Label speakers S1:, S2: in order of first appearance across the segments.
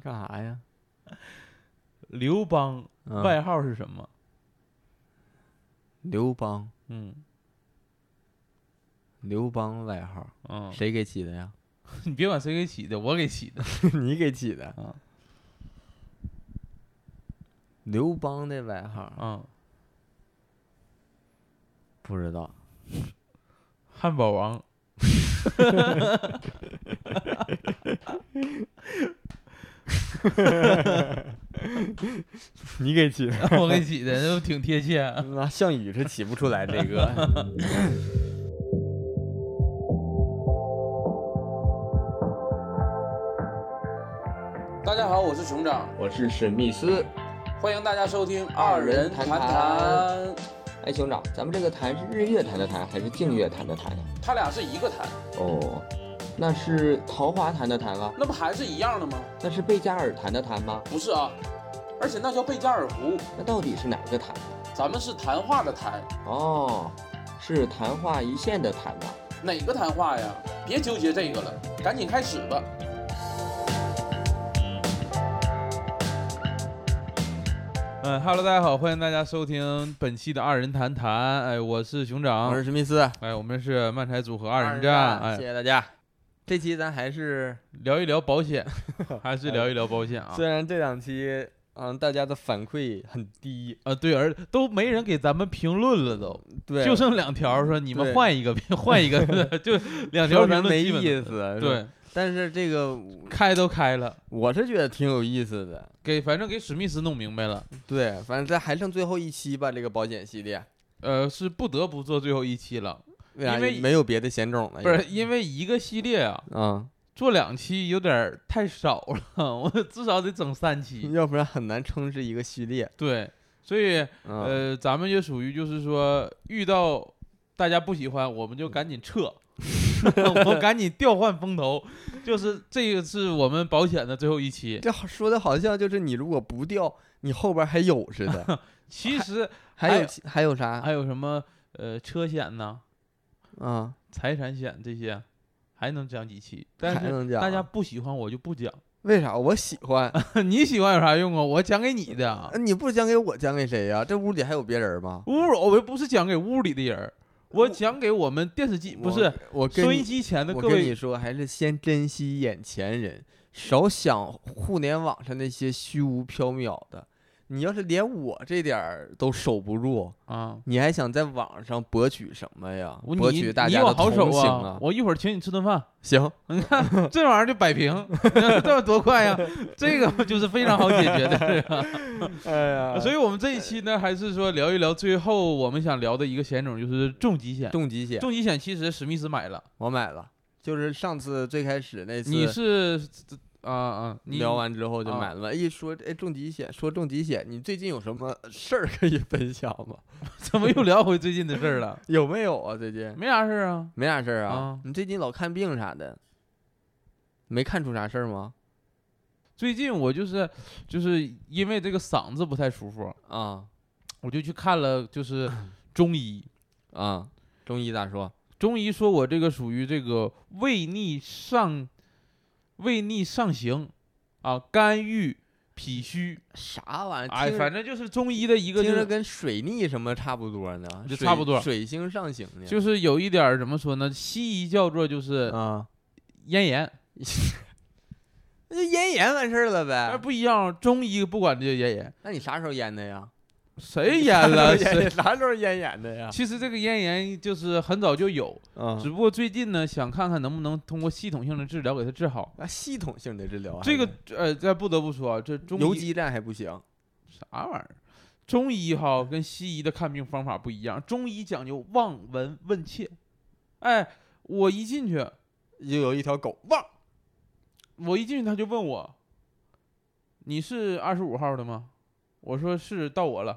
S1: 干啥呀？
S2: 刘邦
S1: 嗯、
S2: 外号是什么？
S1: 刘邦，
S2: 嗯
S1: 刘邦外号
S2: 嗯，
S1: 谁给起的呀？
S2: 你别管谁给起的，我给起的。
S1: 你给起的。
S2: 啊
S1: 刘邦的外号
S2: 嗯，
S1: 不知道，
S2: 汉堡王。
S1: 你给起的。
S2: 我给起的，那不挺贴切、啊。
S1: 那项羽是起不出来这 个。
S3: 大家好，我是熊掌，
S4: 我是史密斯。
S3: 欢迎大家收听
S4: 二人谈谈
S3: 谈。
S4: 哎，兄长，咱们这个谈是日月潭的谈，还是净月潭的潭呀？
S3: 他俩是一个谈，
S4: 哦，那是桃花潭的潭吗？
S3: 那不还是一样的吗？
S4: 那是贝加尔潭的潭吗？
S3: 不是啊，而且那叫贝加尔湖，
S4: 那到底是哪个潭？
S3: 咱们是谈话的谈，
S4: 哦，是昙花一现的昙吧？
S3: 哪个谈话呀？别纠结这个了，赶紧开始吧。
S2: 嗯哈喽，大家好，欢迎大家收听本期的二人谈谈。哎，我是熊
S1: 我是
S2: 掌，
S1: 史密斯，
S2: 哎，我们是漫才组合二人
S1: 战
S2: 战，哎
S1: 谢，谢大家。这期咱还是，
S2: 聊一聊 保险，还是聊一聊保险啊？
S1: 虽然这两期嗯大家的反馈很低，
S2: 啊，对，而都没人给咱们评论了都，
S1: 对，
S2: 就剩两条说你们
S1: 对
S2: 换一个， 换一个，就两条
S1: 说
S2: 评
S1: 咱
S2: 论
S1: 没
S2: 基本
S1: 意思，是吧
S2: 对，
S1: 但是这个
S2: 开都开了，
S1: 我是觉得挺有意思的，
S2: 给反正给史密斯弄明白了，
S1: 对，反正这还剩最后一期吧，这个保险系列，
S2: 呃，是不得不做最后一期了，
S1: 为啥
S2: 因为
S1: 没有别的险种了，
S2: 不是因为一个系列啊，
S1: 啊、
S2: 做两期有点儿太少了， 我至少得整三期，
S1: 要不然很难称之一个序列。
S2: 对，所以
S1: 嗯，
S2: 呃，咱们就属于就是说遇到大家不喜欢，我们就赶紧撤。 我们赶紧调换风头， 就是这个是我们保险的最后一期。
S1: 这好说的好像就是你如果不掉，你后边还有似 的。
S2: 其实
S1: 还
S2: 还哎
S1: 有其还啊有啥？
S2: 还有什么呃车险呐、
S1: 啊，
S2: 财产险这些，还能讲几期？但
S1: 还
S2: 是
S1: 能讲啊？
S2: 大家不喜欢我就不讲，
S1: 为啥我喜欢？
S2: 你喜欢有啥用啊？我讲给你的啊，
S1: 你不讲给我，讲给谁呀、这屋里还有别人吗？
S2: 屋我又不是讲给屋里的人儿，我讲给我们电视机不
S1: 我
S2: 是，
S1: 我跟
S2: 收音
S1: 你
S2: 机前的
S1: 我
S2: 各
S1: 跟你
S2: 位。
S1: 说，还是先珍惜眼前人，少想互联网上那些虚无缥缈的。你要是连我这点儿都守不住，
S2: 啊，
S1: 你还想在网上博取什么呀？
S2: 我
S1: 博
S2: 你
S1: 取大
S2: 你
S1: 家
S2: 有
S1: 的
S2: 好手
S1: 同情
S2: 啊！我一会儿请你吃顿饭，
S1: 行，
S2: 你看这玩意儿就摆平，这多快呀！这个就是非常好解决的。啊这个
S1: 哎呀
S2: 所
S1: 以
S2: 以我们这一期呢，还是说聊一聊最后我们想聊的一个险种，就是重疾险。
S1: 重疾险
S2: 重疾险其实史密斯买了，
S1: 我买了，就是上次最开始那次
S2: 你是啊啊，你
S1: 聊完之后就
S2: 啊
S1: 买了嘛。一说哎重疾险，说重疾险，你最近有什么事儿可以 分享吗？
S2: 怎么又聊回最近的事儿了？
S1: 有没有啊？最近
S2: 没啥事儿啊，
S1: 没啥事儿啊
S2: 啊？
S1: 你最近老看病啥的，没看出啥事儿吗？
S2: 最近我就是就是因为这个嗓子不太舒服，
S1: 啊
S2: 我就去看了就是中医，
S1: 啊，中医咋说？
S2: 中医说我这个属于这个胃逆上胃逆上行啊，肝郁脾虚，
S1: 啥玩意儿？
S2: 哎，
S1: 听着
S2: 反正就是中医的一个就
S1: 听着
S2: 是。
S1: 跟水逆什么差不多呢，
S2: 就
S1: 水
S2: 差不多
S1: 水星上行呢。
S2: 就是有一点儿怎么说呢？西医叫做就是
S1: 啊，
S2: 咽炎，
S1: 那就咽炎完事儿了
S2: 但
S1: 呗。
S2: 不一样。中医不管这个咽炎，
S1: 哎那你啥时候咽的呀？哎
S2: 谁咽了？谁
S1: 谁啥时候咽炎的 呀？
S2: 其实这个咽炎就是很早就有，
S1: 啊
S2: 只不过最近呢，想看看能不能通过系统性的治疗给它治好。
S1: 啊，系统性的治疗还
S2: 这个
S1: 是
S2: 呃，这不得不说啊，这中
S1: 游
S2: 医
S1: 击战还不行
S2: 啥玩意儿？中医哈跟西医的看病方法不一样，中医讲究望闻问切。哎，我一进去，
S1: 又有一条狗汪，
S2: 我一进去他就问我，你是二十五号的吗？我说是，到我了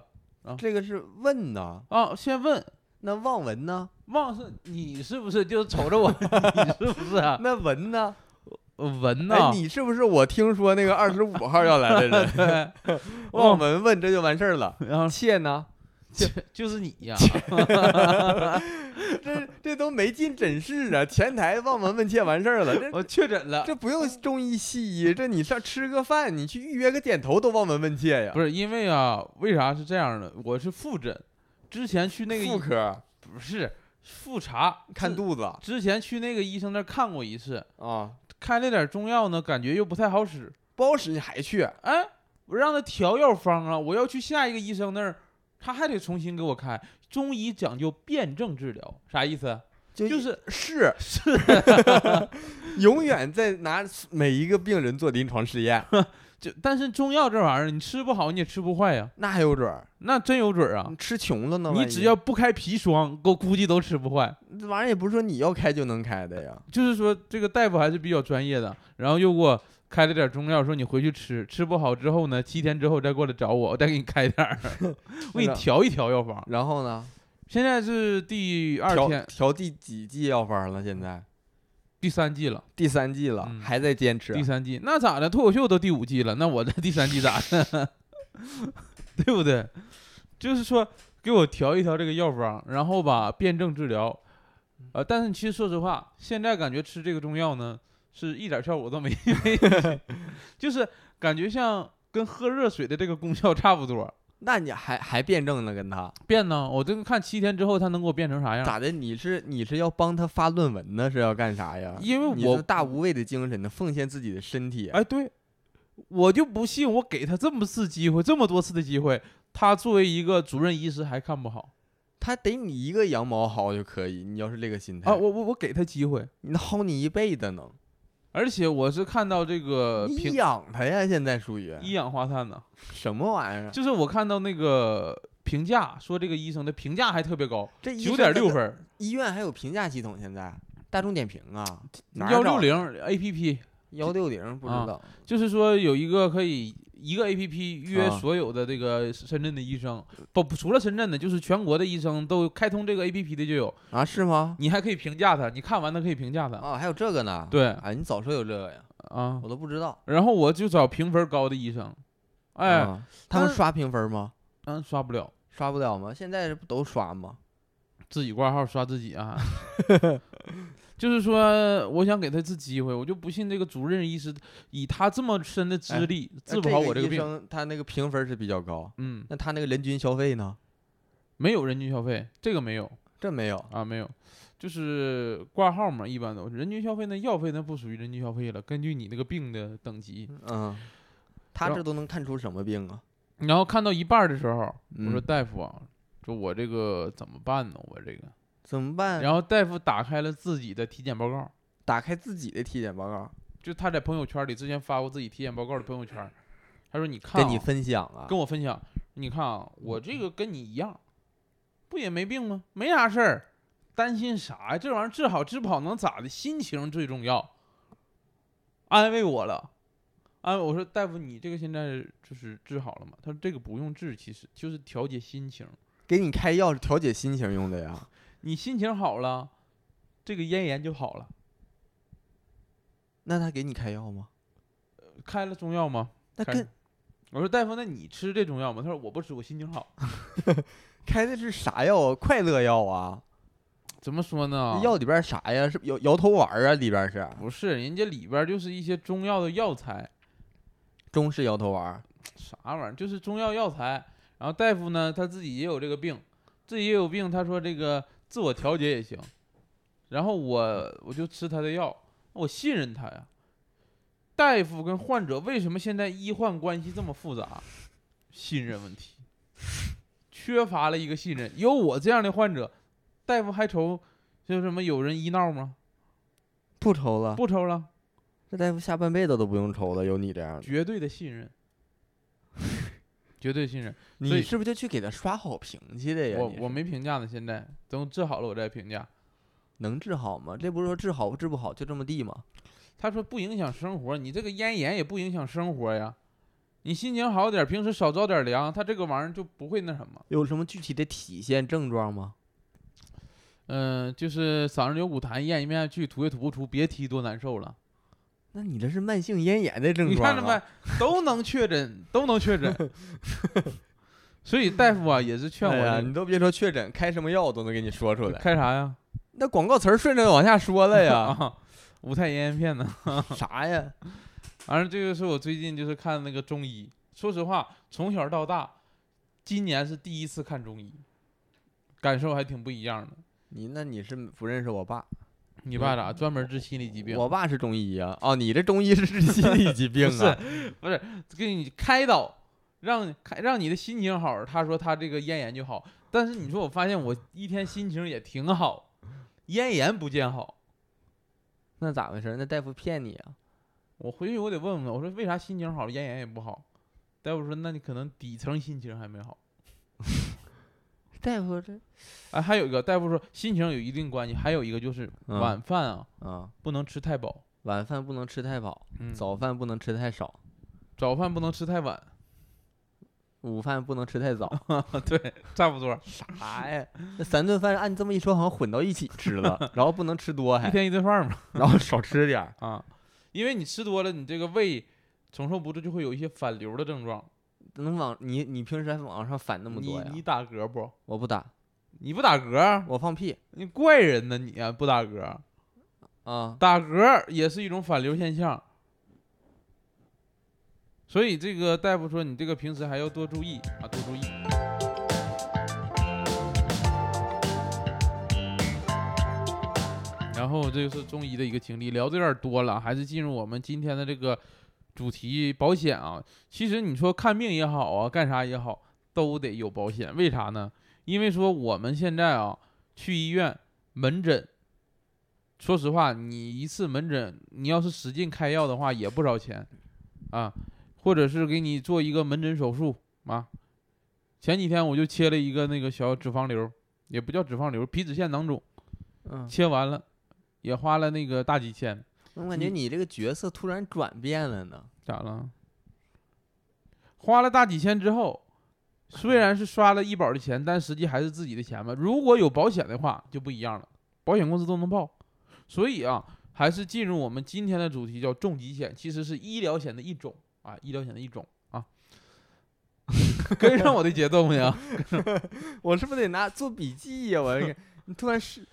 S1: 这个是问呢，
S2: 啊，先问。
S1: 那望闻呢，
S2: 望是你是不是就瞅着我， 你是不是啊？
S1: 那闻呢？
S2: 闻呐、
S1: 哎，你是不是我听说那个 二十五号要来的人？
S2: 对，
S1: 望闻问这就完事儿了。
S2: 然后
S1: 切呢？
S2: 就 就是你呀、
S1: 这这都没进诊室啊，前台望闻问切完事儿了，这
S2: 我确诊了。
S1: 这不用中医西医，这你上吃个饭，你去预约个点头都望闻问切呀。
S2: 不是因为啊，为啥是这样的？我是复诊，之前去那个医
S1: 妇科
S2: 不是复查
S1: 看
S2: 之
S1: 肚子
S2: 之前去那个医生那儿看过一次，
S1: 啊，
S2: 开了点中药呢，感觉又不太好使。
S1: 不好使你还去，
S2: 哎，我让他调药方啊，我要去下一个医生那儿，他还得重新给我开。中医讲究辩证治疗，啥意思？啊
S1: 就
S2: 就是 是
S1: 是
S2: 是
S1: 永远在拿每一个病人做临床试验，
S2: 就，但是中药这玩意儿，你吃不好你也吃不坏呀、
S1: 那还有准儿，
S2: 那真有准儿啊
S1: 你！吃穷了呢。嗯
S2: 你
S1: 万一
S2: 只要不开砒霜，我估计都吃不坏。
S1: 这玩意儿也不是说你要开就能开的呀，
S2: 就是说这个大夫还是比较专业的，然后又给我开了点中药，说你回去吃，吃不好之后呢，七天之后再过来找我，我再给你开 点儿，我给你调一调药方。
S1: 然后呢，
S2: 现在是第二
S1: 调
S2: 天，
S1: 调第几剂药方了？现在
S2: 第三季了，
S1: 第三季了，
S2: 嗯
S1: 还在坚持
S2: 第，三季那咋的？脱口秀都第五季了，那我这第三季咋的？ 对不对？就是说给我调一调这个药方，然后吧辩证治疗。呃，但是其实说实话，现在感觉吃这个中药呢，是一点效果都没没， 就是感觉像跟喝热水的这个功效差不多。
S1: 那你还还辩证呢？跟他
S2: 变呢，我这个看七天之后它能给我变成啥样？
S1: 咋的？你是你是要帮他发论文呢？是要干啥呀？
S2: 因为
S1: 你是
S2: 我
S1: 大无畏的精神呢，奉献自己的身体。
S2: 哎，对，我就不信我给他这么次机会，这么多次的机会，他作为一个主任医师还看不好
S1: 他得你一个羊毛薅就可以，你要是这个心态，
S2: 啊！我我我给他机会，
S1: 你薅你一辈子呢，
S2: 而且我是看到这个
S1: 你
S2: 评
S1: 养他呀，现在属于
S2: 呃一氧化碳呢，
S1: 什么玩意儿？啊
S2: 就是我看到那个评价说这个医生的评价还特别高，
S1: 这医
S2: 九
S1: 生
S2: 点
S1: 在
S2: 六
S1: 这，
S2: 分儿，
S1: 医院还有评价系统，现在大众点评啊，
S2: 幺六零 A P P，
S1: 幺六零不知
S2: 啊
S1: 道，
S2: 就是说有一个可以。一个 A P P 约
S1: 啊
S2: 所有的这个深圳的医生，不不除了深圳的，就是全国的医生都开通这个 A P P 的就有，
S1: 啊，是吗？
S2: 你还可以评价他，你看完他可以评价他。
S1: 啊，还有这个呢？
S2: 对
S1: 啊，你早说有这个呀，
S2: 啊，
S1: 我都不知道。
S2: 然后我就找评分高的医生，哎，
S1: 啊，他们
S2: 但
S1: 刷评分吗？
S2: 嗯，刷不了，
S1: 刷不了吗？现在不都刷吗？
S2: 自己挂号刷自 己啊。就是说，我想给他一次机会，我就不信这个主任医师以他这么深的资
S1: 哎
S2: 历、
S1: 那
S2: 治不好我
S1: 这
S2: 这个
S1: 医
S2: 病。
S1: 生他那个评分是比较高，
S2: 嗯，
S1: 那他那个人均消费呢？
S2: 没有人均消费，这个没有
S1: 这没有。
S2: 啊，没有，就是挂号嘛，一般都人均消费那药费那不属于人均消费了，根据你那个病的等级。
S1: 嗯，他
S2: 然
S1: 这都能看出什么病啊？
S2: 然后看到一半儿的时候，我说
S1: 嗯
S2: 大夫啊，说我这个怎么办呢？我这个。
S1: 怎么办？
S2: 然后大夫打开了自己的体检报告，
S1: 打开自己的体检报告，
S2: 就他在朋友圈里之前发过自己体检报告的朋友圈，他说：“你看、
S1: 跟
S2: 啊，
S1: 你分享啊。
S2: 跟我分享，你看啊，我这个跟你一样，不也没病吗？没啥事儿，担心啥呀？这玩意儿治好治不好能咋的？心情最重要。”安慰我了，安慰我说：“大夫，你这个现在就是治好了吗？”他说：“这个不用治，其实就是调节心情。
S1: 给你开药是调节心情用的呀。
S2: 你心情好了，这个咽炎就好了。
S1: 那他给你开药吗？
S2: 开了中药吗？”
S1: 那
S2: 开
S1: 跟
S2: 我说大夫，那你吃这种药吗？他说我不吃，我心情好。
S1: 开的是啥药啊？快乐药啊？
S2: 怎么说呢
S1: 这？药里边啥呀？是摇摇头丸儿啊？里边是
S2: 不是，人家里边儿就是一些中药的药材，
S1: 中式摇头丸儿。
S2: 啥玩意儿，啊就是中药药材。然后大夫呢，他自己也有这个病，自己也有病，他说这个自我调节也行。然后我我就吃他的药，我信任他呀。大夫跟患者为什么现在医患关系这么复杂？信任问题，缺乏了一个信任。有我这样的患者，大夫还愁就什么有人医闹吗？
S1: 不愁了，
S2: 不愁了，
S1: 这大夫下半辈子都不用愁了，有你这样的，
S2: 绝对的信任，绝对信任。所
S1: 你
S2: 以
S1: 是不是就去给他刷好评去了呀？
S2: 我
S1: 你
S2: 我
S1: 是
S2: 没评价呢，现在等治好了我再评价。
S1: 能治好吗？这不是说治好治不好就这么地吗？
S2: 他说不影响生活，你这个咽炎也不影响生活呀。你心情好点儿，平时少着点儿凉，他这个玩意儿就不会那什么。
S1: 有什么具体的体现症状吗？
S2: 嗯、就是嗓子有股痰，咽不下去，吐也吐不出，别提多难受了。
S1: 那你这是慢性咽炎的症
S2: 你
S1: 状、啊，
S2: 看着没，都能确诊，都能确诊。所以大夫啊也是劝我
S1: 哎呀，
S2: 这
S1: 你都别说确诊，开什么药我都能给你说出
S2: 个
S1: 来。
S2: 开啥呀？
S1: 那广告词儿顺着往下说了哎 呀，
S2: 啊，五肽咽炎片呢？
S1: 啥呀？
S2: 反正这个是我最近就是看那个中医。说实话，从小到大，今年是第一次看中医，感受还挺不一样的。
S1: 你那你是不认识我爸？
S2: 你爸咋专门治心理疾病？
S1: 我爸是中医啊。哦，你这中医是治心理疾病
S2: 不
S1: 啊？
S2: 是不是给你开导，让你开让你的心情好。他说他这个咽炎就好，但是你说我发现我一天心情也挺好，咽炎不见好。
S1: 那咋回事？那大夫骗你啊？
S2: 我回去我得问问，我说为啥心情好，咽炎也不好？大夫说那你可能底层心情还没好。
S1: 大夫这
S2: 哎，还有一个大夫说心情有一定关系，还有一个就是
S1: 嗯
S2: 晚饭啊、
S1: 啊，
S2: 不能吃太饱，
S1: 晚饭不能吃太饱，
S2: 嗯
S1: 早饭不能吃太少，
S2: 早饭不能吃太晚，
S1: 午饭不能吃太早。
S2: 对，差不 多，
S1: 啥呀？那三顿饭按这么一说，好像混到一起吃了，然后不能吃多
S2: 一
S1: 还，
S2: 天一顿饭嘛
S1: 然后少吃点儿。
S2: 啊，因为你吃多了，你这个胃承受不住，就会有一些反流的症状。
S1: 能往你你平时还往上反那么多呀
S2: 你？你打嗝不？
S1: 我不打，
S2: 你不打嗝，啊
S1: 我放屁
S2: 你怪人呢你啊！不打嗝，
S1: 啊！
S2: 打嗝也是一种反流现象。所以这个大夫说你这个平时还要多注意啊，多注意。然后这个是中医的一个经历，聊的有点多了，还是进入我们今天的这个主题保险啊。其实你说看病也好啊，干啥也好，都得有保险。为啥呢？因为说我们现在啊，去医院门诊，说实话，你一次门诊，你要是使劲开药的话，也不少钱啊，或者是给你做一个门诊手术啊。前几天我就切了一个那个小脂肪瘤，也不叫脂肪瘤，皮脂腺囊肿，
S1: 嗯，
S2: 切完了，也花了那个大几千，
S1: 我感觉你这个角色突然转变了呢。
S2: 咋了？花了大几千之后，虽然是刷了医保的钱，但实际还是自己的钱嘛。如果有保险的话，就不一样了，保险公司都能报。所以啊，还是进入我们今天的主题，叫重疾险，其实是医疗险的一种啊，医疗险的一种 啊。跟上我的节 奏没有？
S1: 我是不是得拿做笔记呀、我这 个你突然是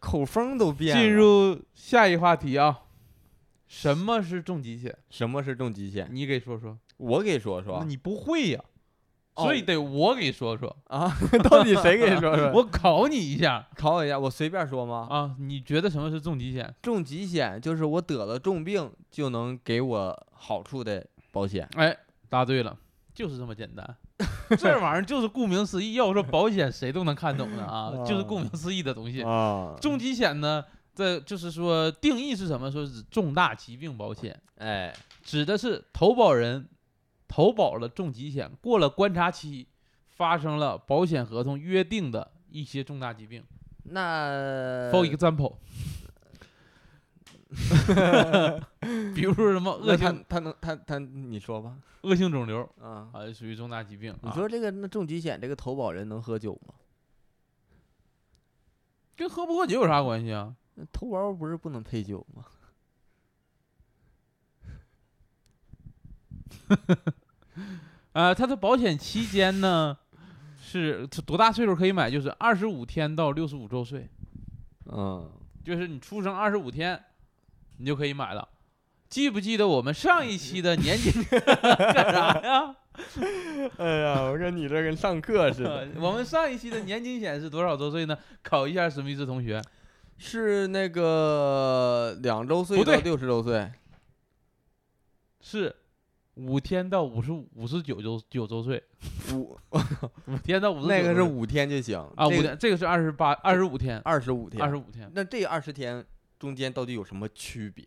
S1: 口风都变了。
S2: 进入下一话题啊。什么是重疾险？
S1: 什么是重疾险？
S2: 你给说啊说。
S1: 我给说
S2: 那
S1: 说
S2: 你不会呀、
S1: 哦
S2: 所以得我给说说。
S1: 啊，到底谁给说说？
S2: 我考你一下
S1: 考我一下，我随便说吗？
S2: 啊，你觉得什么是重疾险？
S1: 重疾险就是我得了重病就能给我好处的保险。
S2: 哎，答对了，就是这么简 单。这玩意儿就是顾名思义，要说保险谁都能看懂的 啊，就是顾名思义的东西。
S1: 啊，
S2: 重疾险呢，这就是说定义是什么？说是指重大疾病保险，
S1: 哎，
S2: 指的是投保人投保了重疾险，过了观察期，发生了保险合同约定的一些重大疾病。
S1: 那
S2: For example，比如说什么
S1: 那
S2: 恶
S1: 他
S2: 性
S1: 他能他他你说吧
S2: 恶性肿瘤
S1: 啊，
S2: 啊，属于重大疾病啊。
S1: 你说这个那重疾险这个投保人能喝酒吗？
S2: 跟喝不喝酒有啥关系啊？
S1: 那投保不是不能配酒吗？
S2: 啊，它的保险期间呢是是多大岁数可以买？就是二十五天到六十五周岁，
S1: 嗯，
S2: 就是你出生二十五天，你就可以买了。记不记得我们上一期的 年金干啥呀？，
S1: 哎呀，我说你这跟上课似
S2: 我们上一期的年金险是多少周岁呢？考一下史密斯同学。
S1: 是那个两周岁
S2: 不
S1: 到
S2: 对
S1: 六十周岁，
S2: 是五天到五十五五十九周九周岁，
S1: 五
S2: 五天到五十
S1: 那个是
S2: 五
S1: 五天就行
S2: 啊，五
S1: 这个
S2: 天，这个是二十八二十五天，
S1: 二十五天，
S2: 二十五天
S1: 那这二十天中间到底有什么区别？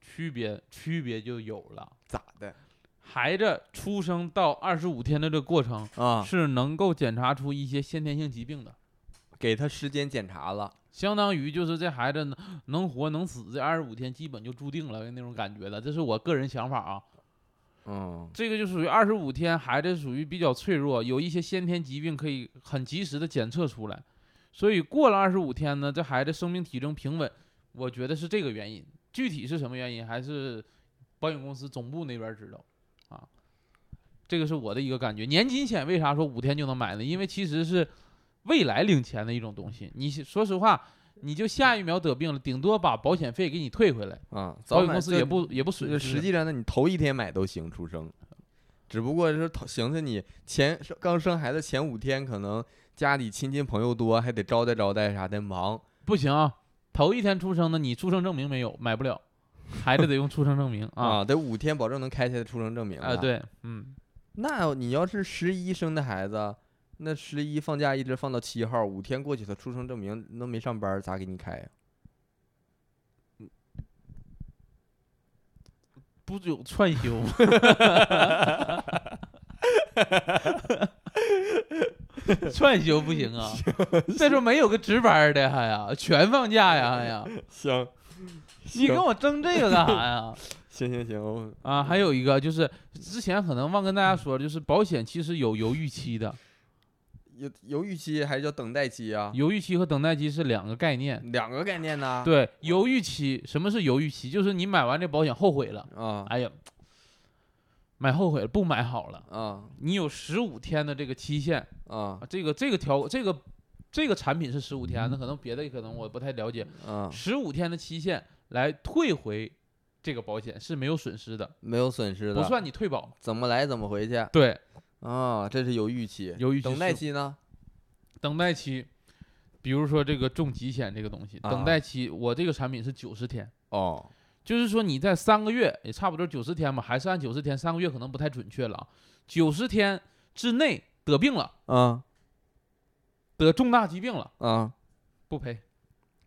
S2: 区别区别就有了。
S1: 咋的
S2: 孩子出生到二十五天的这个过程
S1: 啊？
S2: 是能够检查出一些先天性疾病的，
S1: 给他时间检查了，
S2: 相当于就是这孩子能能活能死，这二十五天基本就注定了那种感觉了。这是我个人想法啊，
S1: 嗯
S2: 这个就属于二十五天，孩子属于比较脆弱，有一些先天疾病可以很及时的检测出来，所以过了二十五天呢，这孩子生命体征平稳，我觉得是这个原因。具体是什么原因，还是保险公司总部那边知道啊。这个是我的一个感觉。年金险为啥说五天就能买呢？因为其实是未来领钱的一种东西。你说实话，你就下一秒得病了，顶多把保险费给你退回来，
S1: 啊，早
S2: 保险
S1: 买
S2: 公司
S1: 这
S2: 也不也不
S1: 就
S2: 损
S1: 实
S2: 失。
S1: 际上呢，你头一天买都行出生，只不过是头寻思你前刚生孩子前五天，可能家里亲戚朋友多，还得招待招待啥的忙。
S2: 不行啊，头一天出生的你出生证明没有，买不了，孩子得用出生证 明啊。
S1: 啊，得五天保证能开下出生证明
S2: 啊，
S1: 吧。
S2: 对，嗯，
S1: 那你要是十一生的孩子，那十一放假一直放到七号，五天过去了，出生证明那没上班儿咋给你开呀、
S2: 不久串休。 串休不行啊！再说没有个值班儿的还呀，全放假呀还 呀！
S1: 行，
S2: 嗯你跟我争这个干啥呀？
S1: 行行行，我
S2: 啊，还有一个就是之前可能忘跟大家说，就是保险其实有犹豫期的，
S1: 啊有犹豫期还是叫等待期啊？
S2: 犹豫期和等待期是两个概念。
S1: 两个概念呢。
S2: 对，犹豫期，什么是犹豫期？就是你买完这保险后悔了，
S1: 啊
S2: 哎呀，买后悔了，不买好了。
S1: 啊
S2: 你有十五天的这个期限
S1: 啊
S2: 啊，这个这个条这个这个产品是十五天，那可能别的可能我不太了解，
S1: 啊！
S2: 十五天的期限来退回这个保险是没有损失的，
S1: 没有损失
S2: 不
S1: 的，
S2: 算你退保。
S1: 怎么来怎么回去
S2: 对，
S1: 啊？这是犹豫期，
S2: 犹豫期
S1: 等待
S2: 是
S1: 期呢？
S2: 等待期，比如说这个重疾险这个东西，
S1: 啊
S2: 等待期我这个产品是九十天，
S1: 哦，
S2: 就是说你在三个月也差不多九十天吧，还是按九十天，三个月可能不太准确了啊，九十天之内得病了，
S1: 啊
S2: 得重大疾病了，
S1: 啊，
S2: 不赔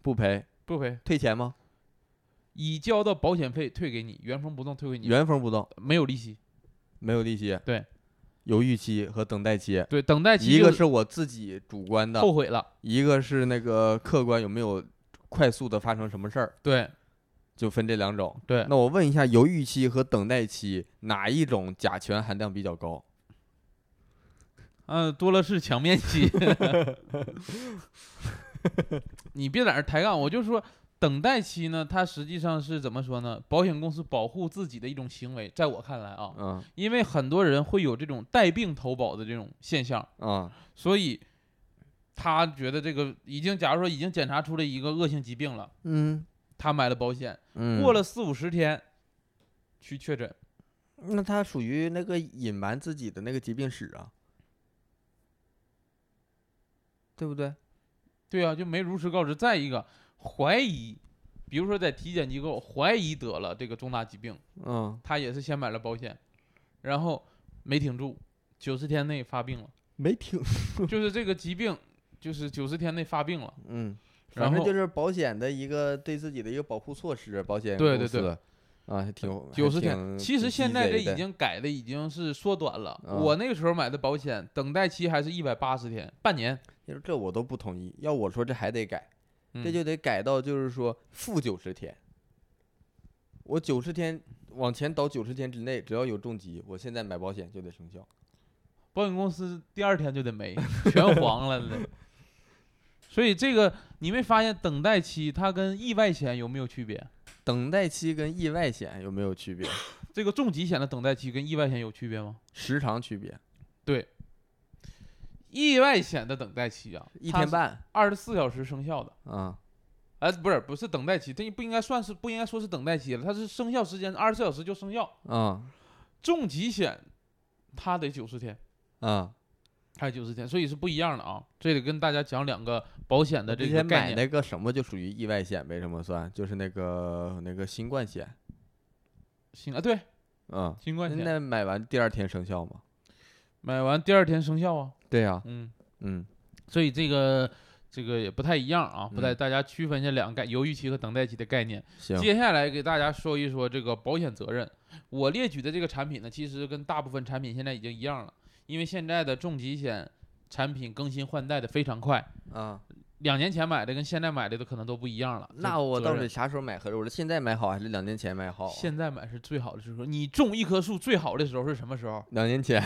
S1: 不赔，
S2: 不赔，
S1: 退钱吗？
S2: 已交的保险费退给你，原封不动退给你，
S1: 原封不动，
S2: 没有利息。
S1: 没有利息。
S2: 嗯对，
S1: 犹豫期和等待期，
S2: 对，等待期
S1: 一
S2: 就
S1: 个是我自己主观的，
S2: 后悔了，
S1: 一个是那个客观有没有快速的发生什么事儿，
S2: 对
S1: 就分这两种。
S2: 对，
S1: 那我问一下，犹豫期和等待期哪一种甲醛含量比较高？
S2: 嗯、多了是墙面 期。你别在那儿抬杠，我就说等待期呢，它实际上是怎么说呢？保险公司保护自己的一种行为，在我看来啊，
S1: 嗯
S2: 因为很多人会有这种带病投保的这种现象，
S1: 嗯
S2: 所以他觉得这个已经，假如说已经检查出了一个恶性疾病了，
S1: 嗯
S2: 他买了保险，
S1: 嗯，
S2: 过了四五十天去确诊，
S1: 那他属于那个隐瞒自己的那个疾病史啊，对不对？
S2: 对啊，就没如实告知。再一个，怀疑，比如说在体检机构怀疑得了这个重大疾病，
S1: 嗯，
S2: 他也是先买了保险，然后没挺住，九十天内发病了，
S1: 没听，
S2: 就是这个疾病就是九十天内发病了。
S1: 嗯，
S2: 然
S1: 反正
S2: 后
S1: 就是保险的一个对自己的一个保护措施，保险
S2: 对
S1: 公
S2: 对对
S1: 司的，啊，还挺
S2: 九十天，
S1: 挺
S2: 其实
S1: 挺
S2: 现
S1: 鸡
S2: 在这
S1: 贼
S2: 已
S1: 的
S2: 经改的已经是缩短了。
S1: 啊
S2: 我那个时候买的保险等待期还是一百八十天，半年。
S1: 你说这我都不同意，要我说这还得改，
S2: 嗯
S1: 这就得改到就是说负九十天。我九十天往前倒九十天之内，只要有重疾，我现在买保险就得生效。
S2: 保险公司第二天就得没，全黄了的。所以这个你没发现等待期它跟意外险有没有区别？
S1: 等待期跟意外险有没有区别？
S2: 这个重疾险的等待期跟意外险有区别吗？
S1: 时长区别，
S2: 意外险的等待期啊，
S1: 一天，半
S2: 二十四小时生效的。
S1: 啊
S2: 哎，不是，不是等待期，这不应该算是不应该说是等待期了，它是生效时间，二十四小时就生效。
S1: 啊
S2: 重疾险它得九十天，
S1: 啊！
S2: 还有九十天，所以是不一样的啊。这里跟大家讲两个保险的
S1: 之
S2: 这个
S1: 前
S2: 概
S1: 买
S2: 念。
S1: 那个什么就属于意外险呗，什么算？就是那个那个新冠险，
S2: 行啊，对，
S1: 嗯，
S2: 新冠险
S1: 那买完第二天生效吗？
S2: 买完第二天生效啊，
S1: 对呀、
S2: 嗯。
S1: 嗯
S2: 所以这个这个也不太一样啊，不带
S1: 嗯
S2: 大家区分这两个概犹豫期和等待期的概念。
S1: 行，
S2: 接下来给大家说一说这个保险责任。我列举的这个产品呢，其实跟大部分产品现在已经一样了，因为现在的重疾险产品更新换代的非常快，
S1: 啊，
S2: 两年前买的跟现在买的都可能都不一样了。
S1: 那
S2: 这
S1: 我
S2: 责
S1: 到
S2: 任
S1: 底啥时候买合适？我是现在买好还是两年前买好啊？？
S2: 现在买是最好的时候，你种一棵树最好的时候是什么时候
S1: 两年前，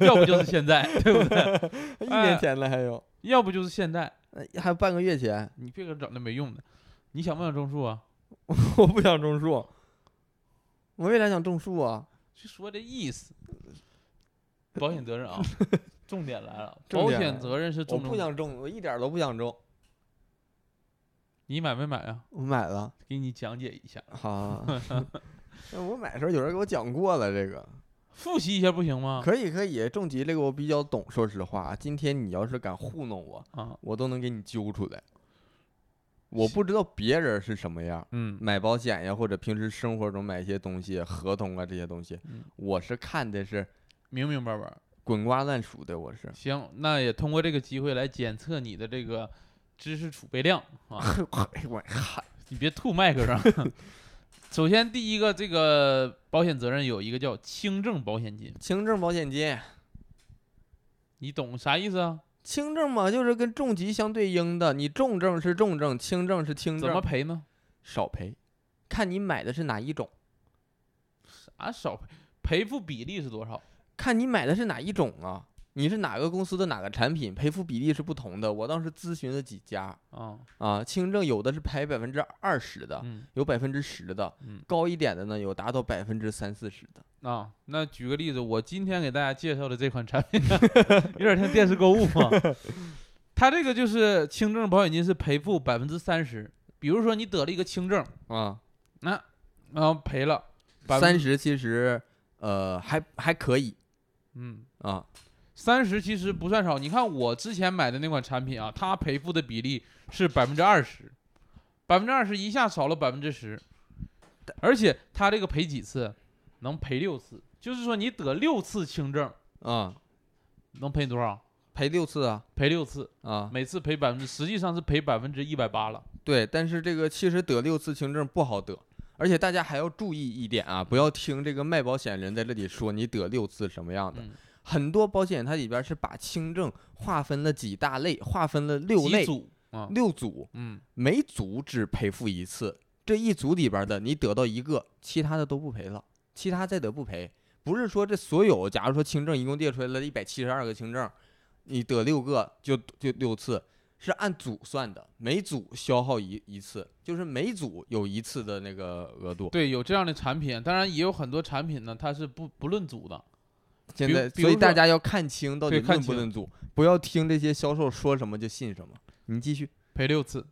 S2: 要不就是现在， 对不对？
S1: 一
S2: 哎
S1: 年前了还有，
S2: 要不就是现在，
S1: 呃还有半个月前，
S2: 你别给我整那没用的。你想不想种树啊？
S1: 我不想种树，我为啥想种树啊？
S2: 就说这意思。保险责 任啊，重点来了，
S1: 重
S2: 保
S1: 点来
S2: 险
S1: 了
S2: 责任是
S1: 我
S2: 重
S1: 不
S2: 中，
S1: 想中，我一点儿都不想中。
S2: 你买没买啊？
S1: 我买 了，
S2: 给你讲解一下，
S1: 好。 那我买的时候有人给我讲过了，这个
S2: 复习一下不行吗？
S1: 可以可以。重疾这个我比较懂，说实话，啊今天你要是敢糊弄我，
S2: 啊，
S1: 我都能给你揪出来。我不知道别人是什么样，
S2: 嗯，
S1: 买保险呀，或者平时生活中买一些东西，合同啊这些东西
S2: 嗯，
S1: 我是看的是
S2: 明明白白。
S1: 滚瓜烂熟的，我是，
S2: 行，那也通过这个机会来检测你的这个知识储备量啊
S1: 哎我嗨，
S2: 你别吐麦克上。 首先，第一个这个保险责任有一个叫轻症保险金，
S1: 轻症保险金，
S2: 你懂啥意思啊？
S1: 轻症嘛就是跟重疾相对应的，你重症是重症，轻症是轻
S2: 怎么
S1: 症，
S2: 赔呢？
S1: 少赔，看你买的是哪一种，
S2: 啊，少赔，赔付比例是多少？
S1: 看你买的是哪一种啊，你是哪个公司的哪个产品，赔付比例是不同的。我当时咨询了几家
S2: 啊，
S1: 啊，轻症有的是赔百分之二十的，
S2: 嗯
S1: 有百分之十的，
S2: 嗯
S1: 高一点的呢有达到百分之三四十的。
S2: 啊，那举个例子，我今天给大家介绍的这款产品，有点像电视购物嘛。它这个就是轻症保险金是赔付百分之三十，比如说你得了一个轻症，
S1: 啊，
S2: 然后赔了百分
S1: 三
S2: 之
S1: 十其实呃还还可以
S2: 嗯，
S1: 啊，
S2: 三十其实不算少。你看我之前买的那款产品啊，它赔付的比例是百分之二十，百分之二十一下少了百分之十，而且它这个赔几次？能赔六次，就是说你得六次轻症，
S1: 啊，
S2: 能赔多少？
S1: 赔六次啊
S2: 赔六次，
S1: 啊，
S2: 每次赔百分之，实际上是赔百分之一百八了。
S1: 对，但是这个其实得六次轻症不好得。而且大家还要注意一点啊，不要听这个卖保险人在这里说你得六次什么样的。
S2: 嗯，
S1: 很多保险它里边是把轻症划分了几大类，划分了六
S2: 几
S1: 类，
S2: 组啊，
S1: 六组，
S2: 嗯，
S1: 每组只赔付一次。这一组里边的你得到一个，其他的都不赔了，其他再得不赔。不是说这所有，假如说轻症一共列出来了一百七十二个轻症，你得六个就就六次，是按组算的，每组消耗一一次，就是每组有一次的那个额度。
S2: 对，有这样的产品，当然也有很多产品呢，它是不不论组的。
S1: 现
S2: 比如
S1: 在，
S2: 比
S1: 所以
S2: 如
S1: 大
S2: 说
S1: 家要看清到底
S2: 对看
S1: 论不
S2: 清
S1: 论组，不要听这些销售说什么就信什么。你继续，
S2: 赔六次，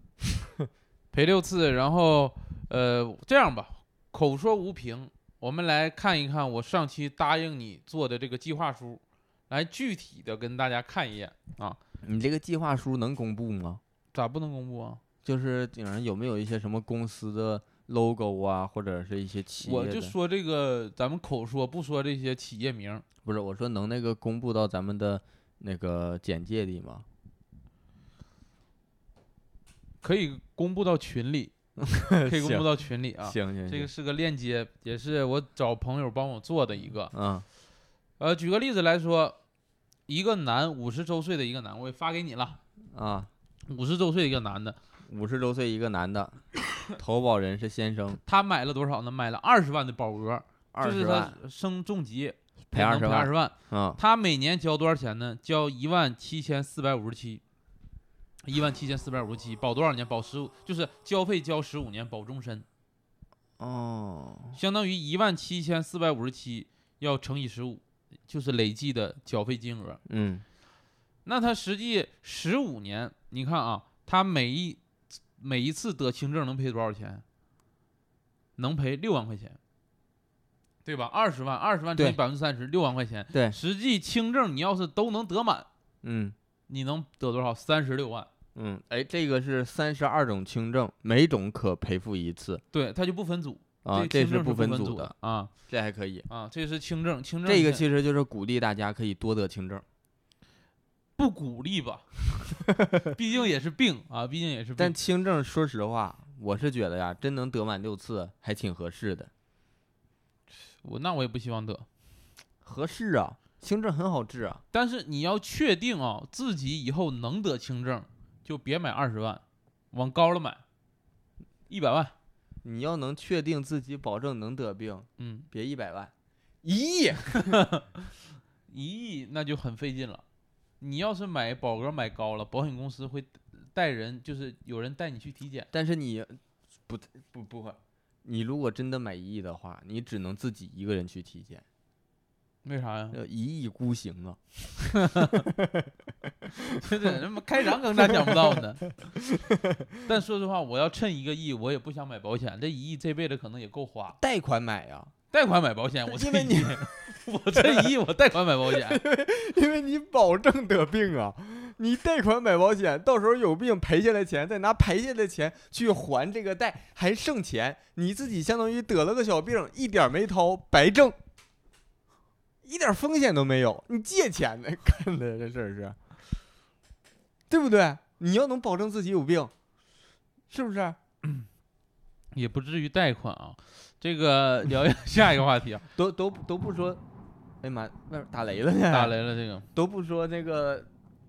S2: 赔六次，然后呃，这样吧，口说无凭，我们来看一看我上期答应你做的这个计划书，来具体的跟大家看一眼啊，
S1: 你这个计划书能公布吗？
S2: 咋不能公布啊？
S1: 就是顶上有没有一些什么公司的 logo 啊，或者是一些企业
S2: 我
S1: 的？
S2: 就说这个，咱们口说不说这些企业名儿，
S1: 不是，我说能那个公布到咱们的那个简介里吗？
S2: 可以公布到群 里，可以公布
S1: 行
S2: 到群里啊。
S1: 行行，
S2: 这个
S1: 行
S2: 是个链接，也是我找朋友帮我做的一个。
S1: 嗯
S2: 呃，举个例子来说，一个男五十周岁的一个男，我也发给你了。
S1: 啊，
S2: 五十周岁的一个男的，
S1: 五十周岁一个男 的，投保人是先生，
S2: 他买了多少呢？买了二十万的保额，
S1: 二
S2: 就是
S1: 十
S2: 他
S1: 万
S2: 生重疾
S1: 赔
S2: 能
S1: 二十
S2: 赔二十
S1: 万，
S2: 万。
S1: 嗯，
S2: 他每年交多少钱呢？交一万七千四百五十七，一万七千四百五十七，保多少年？保十五，就是交费交十五年，保终身，
S1: 哦，
S2: 相当于一万七千四百五十七要乘以十五，就是累计的缴费金额。
S1: 嗯，
S2: 那他实际十五年，你看啊，他每一每一次得轻症能赔多少钱？能赔六万块钱，对吧？二十万，二十万乘以
S1: 对
S2: 百分之三十，六万块钱。
S1: 对，
S2: 实际轻症你要是都能得满，
S1: 嗯
S2: 你能得多少？三十六万。
S1: 嗯，哎，这个是三十二种轻症，每种可赔付一次
S2: 对，它就不分组
S1: 啊，
S2: 这
S1: 这
S2: 个轻症
S1: 不
S2: 不
S1: 分
S2: 组
S1: 组的，
S2: 啊
S1: 这还可以。
S2: 啊，这是轻症，轻症
S1: 这个
S2: 现
S1: 其实就是鼓励大家可以多得轻症。
S2: 不鼓励吧， 毕竟也是病啊，毕竟也是病。
S1: 但轻症，说实话，我是觉得呀，真能得满六次还挺合适的，
S2: 我那我也不希望得，
S1: 合适啊。轻症很好治啊，
S2: 但是你要确定啊，自己以后能得轻症，就别买二十万，往高了买，一百万。
S1: 你要能确定自己保证能得病，
S2: 嗯，
S1: 别一百万，一亿，
S2: 一亿那就很费劲了。你要是买保额买高了，保险公司会带人，就是有人带你去体 检。
S1: 但是你不不不会，你如果真的买一亿的话，你只能自己一个人去体检，
S2: 为啥 呀？
S1: 呃一意孤行啊，
S2: 这这他妈开啥更加想不到 呢？但说实话，我要趁一个亿，我也不想买保险。这一亿这辈子可能也够花，
S1: 贷款买啊呀、
S2: 贷款买保险，我
S1: 因
S2: 这
S1: 为你
S2: 一亿我这一亿我贷款 买保险，
S1: 因为你保证得病啊，你贷款买保险，到时候有病赔下来钱，再拿赔下来钱去还这个贷，还剩钱，你自己相当于得了个小病，一点儿没掏，白挣，一点儿风险都没有，你借钱呢， 干的这事儿是，对不对？你要能保证自己有病，是不是？
S2: 也不至于贷款啊。这个 聊一下一个话题啊，
S1: 都都都不说，哎呀妈，外边打雷了呢，
S2: 打雷了这个，
S1: 都不说那个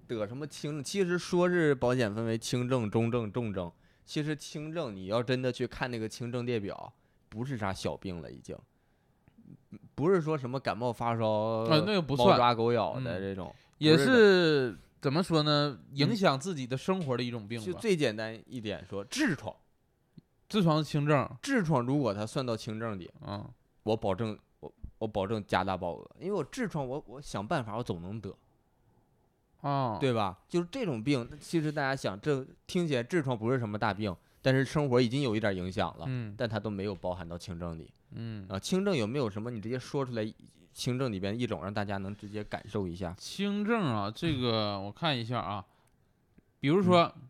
S1: 得什么轻，其实说是保险分为轻症、中症、重症。其实轻症你要真的去看那个轻症列表，不是啥小病了，已经，不是说什么感冒发烧、呃
S2: 啊那个不
S1: 猫
S2: 算
S1: 抓狗咬的
S2: 嗯
S1: 这种，
S2: 也
S1: 不是
S2: 是怎么说呢？
S1: 嗯
S2: 影响自己的生活的一种病
S1: 就
S2: 吧。
S1: 最简单一点说，痔疮，
S2: 痔疮是轻症，
S1: 痔疮如果它算到轻症里，
S2: 嗯，
S1: 我保证我我保证加大报额，因为我痔疮我我想办法我总能得，
S2: 啊，，
S1: 对吧？就是这种病，其实大家想，这听起来痔疮不是什么大病，但是生活已经有一点影响了，
S2: 嗯
S1: 但它都没有包含到轻症里
S2: 嗯，
S1: 啊。轻症有没有什么？你直接说出来，轻症里边一种，让大家能直接感受一下。
S2: 轻症啊，这个我看一下啊，比如说
S1: 嗯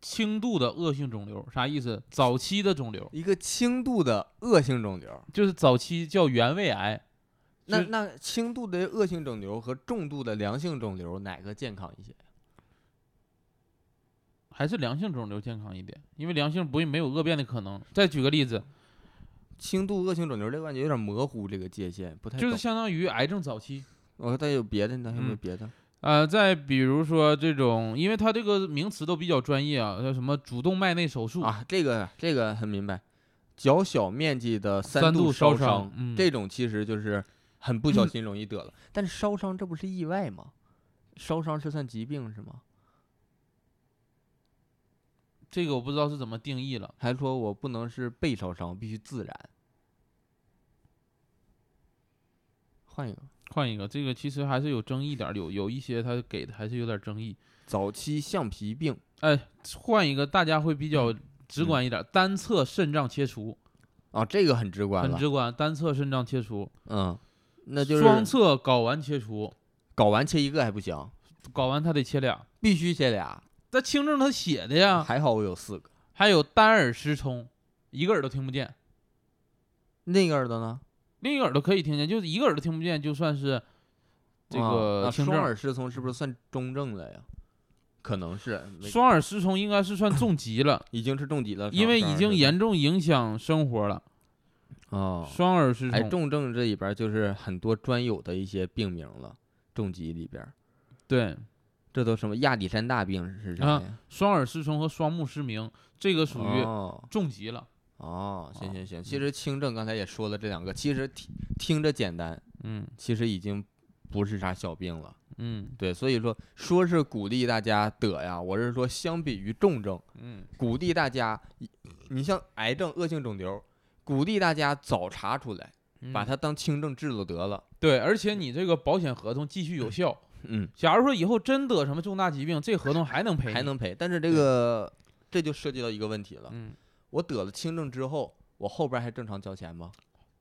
S2: 轻度的恶性肿瘤，啥意思？早期的肿瘤
S1: 一个轻度的恶性肿瘤，
S2: 就是早期叫原位癌，
S1: 那
S2: 就是
S1: 那轻度的恶性肿瘤和重度的良性肿瘤哪个健康一些？
S2: 还是良性肿瘤健康一点，因为良性不会没有恶变的可能。再举个例子，
S1: 轻度恶性肿瘤这个感觉有点模糊，这个界限不太
S2: 就是
S1: 懂
S2: 相当于癌症早期。
S1: 我说它有别的呢？有没有
S2: 嗯
S1: 别的？
S2: 呃，再比如说这种，因为它这个名词都比较专业啊，叫什么主动脉内手术，
S1: 啊，这个这个很明白，较小面积的
S2: 三
S1: 度
S2: 度
S1: 烧
S2: 烧伤嗯
S1: 这种其实就是很不小心容易得了。但是烧伤这不是意外吗？烧伤是算疾病是吗？
S2: 这个我不知道是怎么定义了。
S1: 还说我不能是被烧伤，必须自然。换一个，
S2: 换一个，这个其实还是有争议点儿，有有一些它给的还是有点儿争议。
S1: 早期橡皮病
S2: 哎，换一个大家会比
S1: 嗯
S2: 较直观一点儿，单侧肾脏切除
S1: 啊，这个很直观
S2: 很
S1: 了。
S2: 直观，单侧肾脏切除，
S1: 嗯，那就是
S2: 双侧睾丸切除，
S1: 睾丸切一个还不行，
S2: 睾丸它得切俩。
S1: 必须切俩。
S2: 在轻症它写的呀，
S1: 还好我有四个。
S2: 还有单耳失聪，一个耳朵听不见，
S1: 那个耳朵呢？
S2: 另一个耳朵可以听见，就是一个耳朵听不见就算是这
S1: 啊
S2: 个
S1: 那
S2: 轻
S1: 双
S2: 症。
S1: 耳失聪是不是算中症了呀？可能是，没，
S2: 双耳失聪应该是算重疾了
S1: 已经是重疾了，
S2: 因为已经
S1: 也
S2: 严重影响生活了。
S1: 哦。
S2: 双耳失
S1: 哎，
S2: 聪，
S1: 重症这里边就是很多专有的一些病名了，重疾里边，
S2: 对，
S1: 这都什么亚历山大病是啥呀？
S2: 双耳失聪和双目失明，这个属于
S1: 哦
S2: 重疾了。
S1: 哦，行
S2: 啊
S1: 行行，其实轻症刚才也说了这两个，其实听听着简单，
S2: 嗯
S1: 其实已经不是啥小病了。
S2: 嗯
S1: 对，所以说说是鼓励大家得呀，我是说相比于重症，
S2: 嗯
S1: 鼓励大家，你像癌症、恶性肿瘤，鼓励大家早查出来，
S2: 嗯，
S1: 把它当轻症治了得了。
S2: 对，而且你这个保险合同继续有效。
S1: 嗯，
S2: 假如说以后真得什么重大疾病，这合同还能赔你，
S1: 还能赔。但是这个这就涉及到一个问题了，
S2: 嗯。
S1: 我得了轻症之后，我后边还正常交钱吗？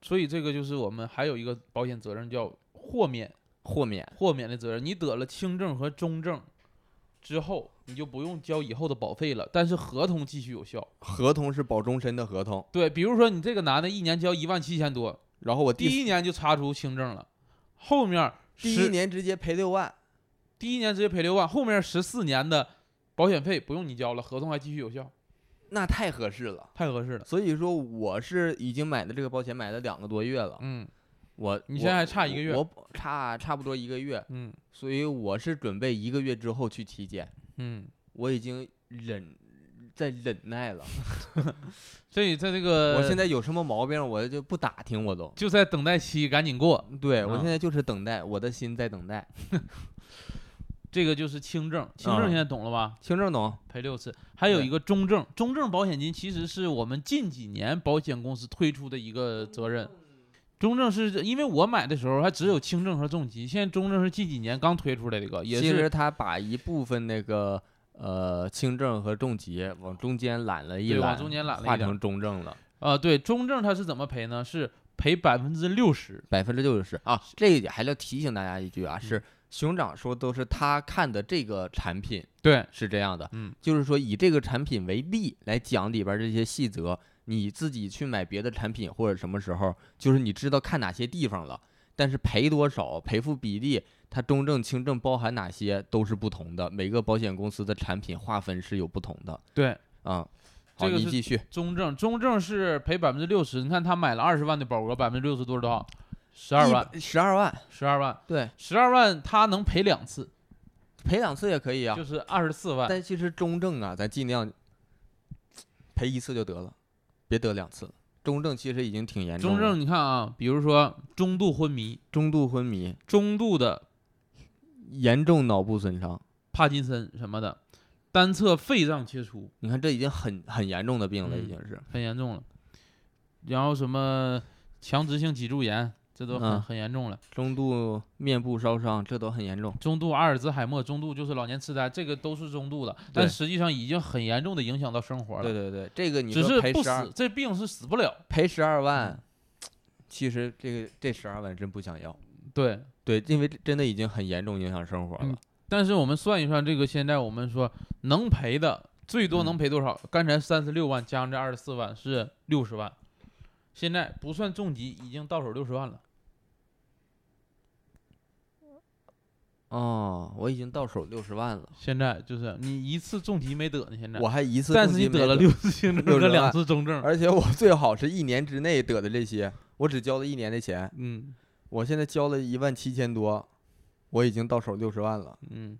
S2: 所以这个就是我们还有一个保险责任叫豁免，
S1: 豁免
S2: 豁免的责任。你得了轻症和中症之后，你就不用交以后的保费了，但是合同继续有效。
S1: 合同是保终身的合同，
S2: 对，比如说你这个男的一年交一万七千多，
S1: 然后我
S2: 第一年就查出轻症了，后面
S1: 第
S2: 十
S1: 一年直接赔六万，
S2: 第一年直接赔六万，后面十四年的保险费不用你交了，合同还继续有效，
S1: 那太合适了。
S2: 太合适了。
S1: 所以说，我是已经买的这个保险买了两个多月了，
S2: 嗯
S1: 我
S2: 你
S1: 我
S2: 现在还差一个月
S1: 我我差差不多一个月，
S2: 嗯
S1: 所以我是准备一个月之后去体检，
S2: 嗯，
S1: 我已经忍在忍耐了，
S2: 所以在这个
S1: 我现在有什么毛病我就不打听我都，
S2: 就在等待期，赶紧过。
S1: 对我
S2: 啊
S1: 现在就是等待，我的心在等待。
S2: 这个就是轻症，轻
S1: 嗯
S2: 症现在懂了吧？
S1: 轻症懂，
S2: 赔六次，还有
S1: 对
S2: 一个中症，中症保险金其实是我们近几年保险公司推出的一个责任。中正是因为我买的时候还只有轻症和重疾，现在中正是近几年刚推出来的一个，也
S1: 其实
S2: 是
S1: 他把一部分那个呃轻症和重疾往中间揽了一
S2: 对
S1: 揽，
S2: 往中间揽了一
S1: 化
S2: 点
S1: 成中症了，
S2: 呃对中正它是怎么赔呢？是赔百分之六十，
S1: 百分之六十啊。这一点还要提醒大家一句
S2: 嗯
S1: 啊，是熊掌说都是他看的这个产品
S2: 对，
S1: 是这样的，
S2: 嗯，
S1: 就是说以这个产品为例来讲里边儿这些细则，你自己去买别的产品或者什么时候，就是你知道看哪些地方了，但是赔多少、赔付比例、它中证、轻证包含哪些都是不同的，每个保险公司的产品划分是有不同的
S2: 对，
S1: 啊。好，
S2: 这个
S1: 你
S2: 是
S1: 继续，
S2: 中正中正是赔百分之六十，你看他买了二十万的保额，百分之六十多少多少？十二万，
S1: 一，十二万，
S2: 十二万，
S1: 对，
S2: 十二万，他能赔两次，
S1: 赔两次也可以啊
S2: 就。是二十四万。
S1: 但其实中证啊，咱尽量赔一次就得了，别得两次了。中证其实已经挺严重
S2: 中
S1: 了，
S2: 正你看啊，比如说中度昏迷、
S1: 中度昏迷、
S2: 中度的
S1: 严重脑部损伤，
S2: 帕金森什么的，单侧肺脏切除
S1: 你看这已经很很严重的病了，已
S2: 嗯
S1: 经是。
S2: 很严重了，然后什么强直性脊柱炎，这都很、
S1: 嗯
S2: 很严重了。
S1: 中度面部烧伤，这都很严重。
S2: 中度阿尔兹海默，中度就是老年痴呆，这个都是中度的，但
S1: 对
S2: 实际上已经很严重的影响到生活了。
S1: 对对对，这个你
S2: 只
S1: 说
S2: 是
S1: 赔
S2: 不
S1: 十二
S2: 死，，这嗯病是死不了。
S1: 赔十二万，其实这个这十二万真不想要。
S2: 对，
S1: 对，因为这真的已经很严重影响生活了
S2: 嗯。但是我们算一算，这个现在我们说能赔的最多
S1: 嗯
S2: 能赔多少？刚才三十六万加上这二十四万是六十万，现在不算重疾，已经到手六十万了。
S1: 哦，我已经到手六十万了，
S2: 现在就是你一次重疾没得呢，现在
S1: 我，还一次
S2: 但
S1: 重
S2: 是你
S1: 疾没
S2: 得了，六嗯次轻症
S1: 60
S2: 和
S1: 万
S2: 两次中症。
S1: 而且我最好是一年之内得的这些，我只交了一年的钱，
S2: 嗯
S1: 我现在交了一万七千多，我已经到手六十万了，
S2: 嗯，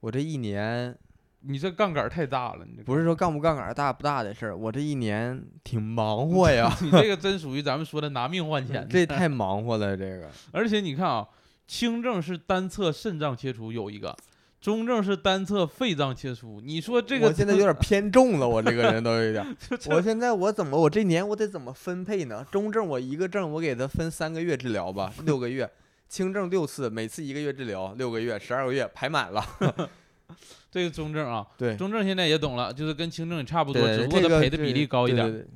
S1: 我这一年
S2: 你这杠杆太大了，你这个，
S1: 不是说杠不杠杆儿大不大的事儿，我这一年挺忙活呀
S2: 嗯 你这个真属于咱们说的拿命换钱。
S1: 这太忙活了，这个
S2: 而且你看啊，轻症是单侧肾脏切除有一个，中症是单侧肺脏切除。你说这个
S1: 我现在有点偏重了，我这个人都有点，我现在我怎么我这年我得怎么分配呢？中症我一个症我给他分三个月治疗吧，六个月，轻症六次，每次一个月治疗，六个月，十二个月排满了，
S2: 这个中症啊，
S1: 对。
S2: 中症现在也懂了，就是跟轻症也差不多，
S1: 对，
S2: 只不过
S1: 这
S2: 它
S1: 个
S2: 赔的比例高一点。
S1: 对对对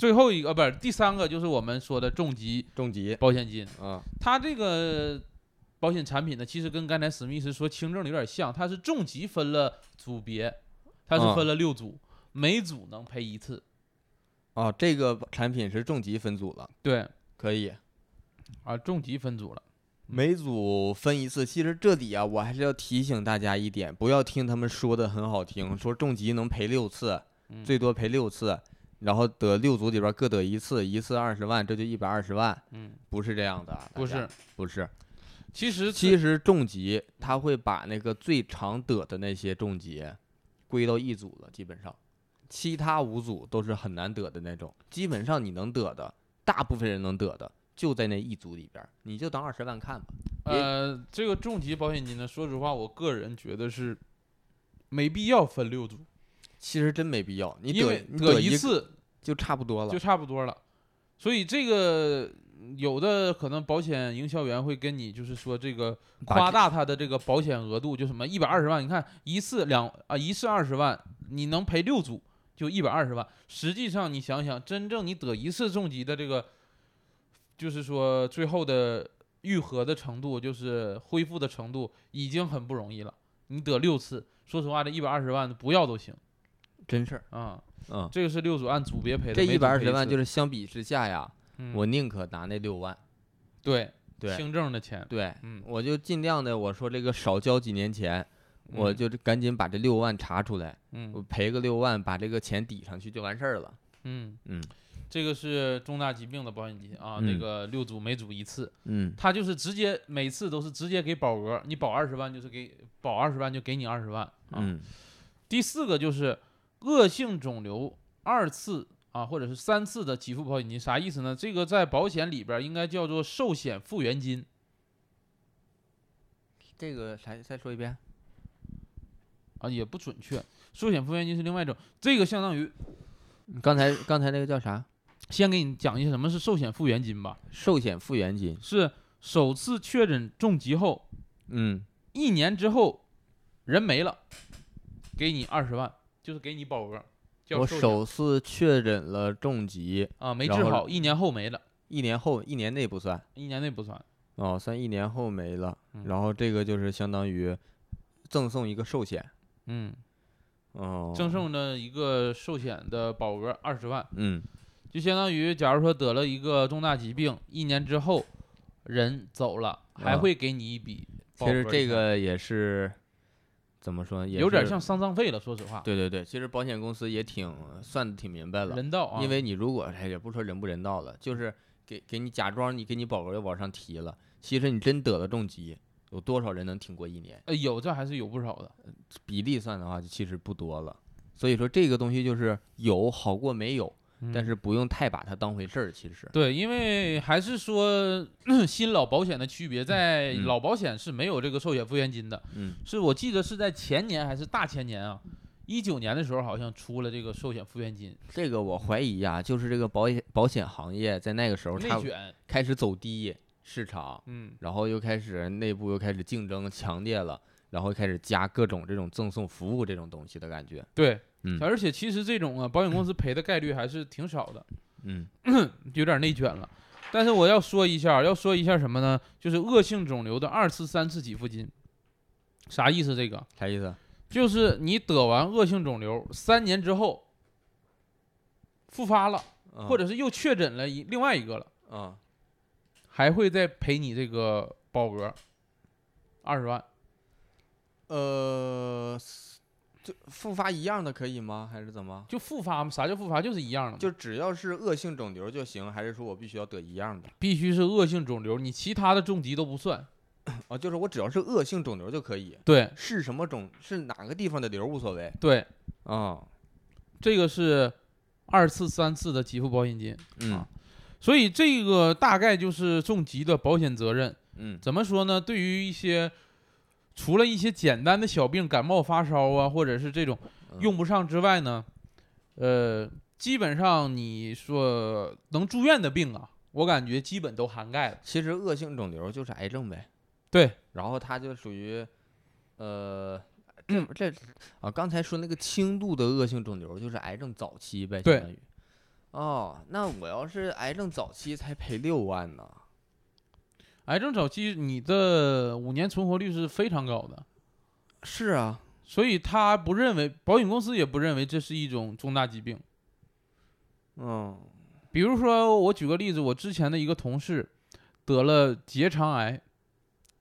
S2: 最后一个呃不是第三个就是我们说的重疾
S1: 重疾
S2: 保险金，
S1: 啊，
S2: 它这个。保险产品呢，其实跟刚才史密斯说轻症有点像，它是重疾分了组别，它是
S1: 嗯
S2: 分了六组，每组能赔一次。
S1: 哦，这个产品是重疾分组了，
S2: 对
S1: 可以
S2: 啊，重疾分组了。
S1: 每组分一次。其实这里啊，我还是要提醒大家一点，不要听他们说的很好听，说重疾能赔六次，
S2: 嗯
S1: 最多赔六次，然后得六组里边各得一次，一次二十万，这就一百二十万，
S2: 嗯，
S1: 不是这样的啊，大
S2: 不
S1: 家
S2: 是，
S1: 不是。
S2: 其实
S1: 其实重疾他会把那个最常得的那些重疾归到一组了，基本上，其他五组都是很难得的那种，基本上你能得的，大部分人能得的就在那一组里边儿，你就当二十万看吧。也
S2: 呃，这个重疾保险金呢，说实话，我个人觉得是没必要分六组，
S1: 其实真没必要，你
S2: 因为
S1: 得你得
S2: 一
S1: 个
S2: 次
S1: 就差不多了
S2: 就。差不多了。所以这个有的可能保险营销员会跟你就是说这个
S1: 把
S2: 夸
S1: 这
S2: 大他的这个保险额度，就什么一百二十万，你看一次两啊一次二十万，你能赔六组就一百二十万。实际上你想想，真正你得一次重疾的这个，就是说最后的愈合的程度，就是恢复的程度已经很不容易了。你得六次，说实话，这一百二十万不要都行
S1: 真事儿，
S2: 啊、
S1: 嗯，
S2: 这个是六组按组别赔的，
S1: 这
S2: 每
S1: 一
S2: 组
S1: 百二
S2: 赔
S1: 十万
S2: 次
S1: 就是相比之下呀，
S2: 嗯
S1: 我宁可拿那六万。
S2: 对
S1: 对
S2: 轻症的钱，
S1: 对，
S2: 嗯
S1: 我就尽量的，我说这个少交几年钱，我
S2: 嗯
S1: 就赶紧把这六万查出来。我
S2: 嗯
S1: 赔个六万，把这个钱抵上去就完事儿了。
S2: 嗯
S1: 嗯，
S2: 这个是重大疾病的保险金啊，
S1: 嗯
S2: 这个六组每组一次。
S1: 嗯，
S2: 他就是直接每次都是直接给保额，你保二十万就是给保二十万就给你二十万啊。
S1: 嗯，
S2: 第四个就是恶性肿瘤二次啊或者是三次的给付保险金，啥意思呢？这个在保险里边儿应该叫做寿险复原金。
S1: 这个啥？再说一遍。
S2: 啊，也不准确，寿险复原金是另外一种，这个相当于
S1: 刚才刚才那个叫啥？
S3: 先给你讲一下什么是寿险复原金吧，
S1: 寿险复原金，
S3: 是首次确诊重疾后
S1: 嗯，
S3: 一年之后人没了，给
S2: 嗯
S3: 你二十万，就是给你保额，叫
S1: 我
S3: 寿险
S1: 首次确诊了重疾，
S3: 啊没
S1: 然
S3: 治
S1: 后
S3: 好，一年后没了，
S1: 一年后一年内不算
S3: 一年内不算。
S1: 哦，算一年后没了，
S3: 嗯
S1: 然后这个就是相当于赠送一个寿险，
S3: 嗯，
S1: 哦，
S3: 赠，送的一个寿险的保额二十万，
S1: 嗯
S3: 就相当于假如说得了一个重大疾病，一年之后人走了，还
S1: 啊
S3: 会给你一笔保
S1: 其
S3: 额
S1: 实
S3: 的钱。
S1: 这个也是怎么说呢，也
S3: 有点
S1: 是
S3: 像。丧葬费了，说实话，
S1: 对对对，其实保险公司也挺算的挺明白了，
S3: 人道啊，
S1: 因为你如果哎也不说人不人道了，就是给给你假装你给你保额又往上提了，其实你真得了重疾，有多少人能挺过一年？
S3: 呃有这还是有不少的。
S1: 比例算的话，其实不多了。所以说这个东西就是有好过没有，但
S3: 嗯
S1: 是不用太把它当回事儿。其实，
S3: 对，因为还是说 新老保险的区别，在
S1: 嗯
S3: 老保险是没有这个寿险复原金的，
S1: 嗯，
S3: 是我记得是在前年还是大前年啊，一九年的时候好像出了这个寿险复原金
S1: 这个我怀疑啊，就是这个保险保险行业在那个时候
S3: 内
S1: 它
S3: 卷，
S1: 开始走低市场，
S3: 嗯，
S1: 然后又开始内部又开始竞争强烈了，然后开始加各种这种赠送服务这种东西的感觉。
S3: 对，
S1: 嗯
S3: 而且其实这种啊，保险公司赔的概率还是挺少的，
S1: 嗯
S3: 有点内卷了。但是我要说一下，要说一下什么呢？就是恶性肿瘤的二次、三次给付金，啥意思？这个
S1: 啥意思？
S3: 就是你得完恶性肿瘤三年之后复发了，
S1: 嗯
S3: 或者是又确诊了一另外一个了，
S1: 嗯，
S3: 还会再赔你这个保额二十万。
S1: 呃，就复发一样的可以吗？还是怎么？
S3: 就复发嘛？啥叫复发？就是一样的嘛，
S1: 就只要是恶性肿瘤就行，还是说我必须要得一样的？
S3: 必须是恶性肿瘤，你其他的重疾都不算。
S1: 啊，就是我只要是恶性肿瘤就可以，
S3: 对
S1: 是什么肿，是哪个地方的瘤无所谓。
S3: 对，
S1: 啊，
S3: 这个是二次、三次的给付保险金，
S1: 嗯
S3: 啊所以这个大概就是重疾的保险责任。
S1: 嗯
S3: 怎么说呢？对于一些除了一些简单的小病，感冒、发烧啊，或者是这种
S1: 嗯
S3: 用不上之外呢，呃，基本上你说能住院的病啊，我感觉基本都涵盖了。
S1: 其实恶性肿瘤就是癌症呗。
S3: 对，
S1: 然后它就属于，呃，这这啊，刚才说那个轻度的恶性肿瘤就是癌症早期呗，
S3: 对
S1: 相当于。哦，那我要是癌症早期才赔六万呢？
S3: 癌症早期，你的五年存活率是非常高的，
S1: 是啊，
S3: 所以他不认为，保险公司也不认为这是一种重大疾病。
S1: 嗯
S3: 比如说，我举个例子，我之前的一个同事得了结肠癌，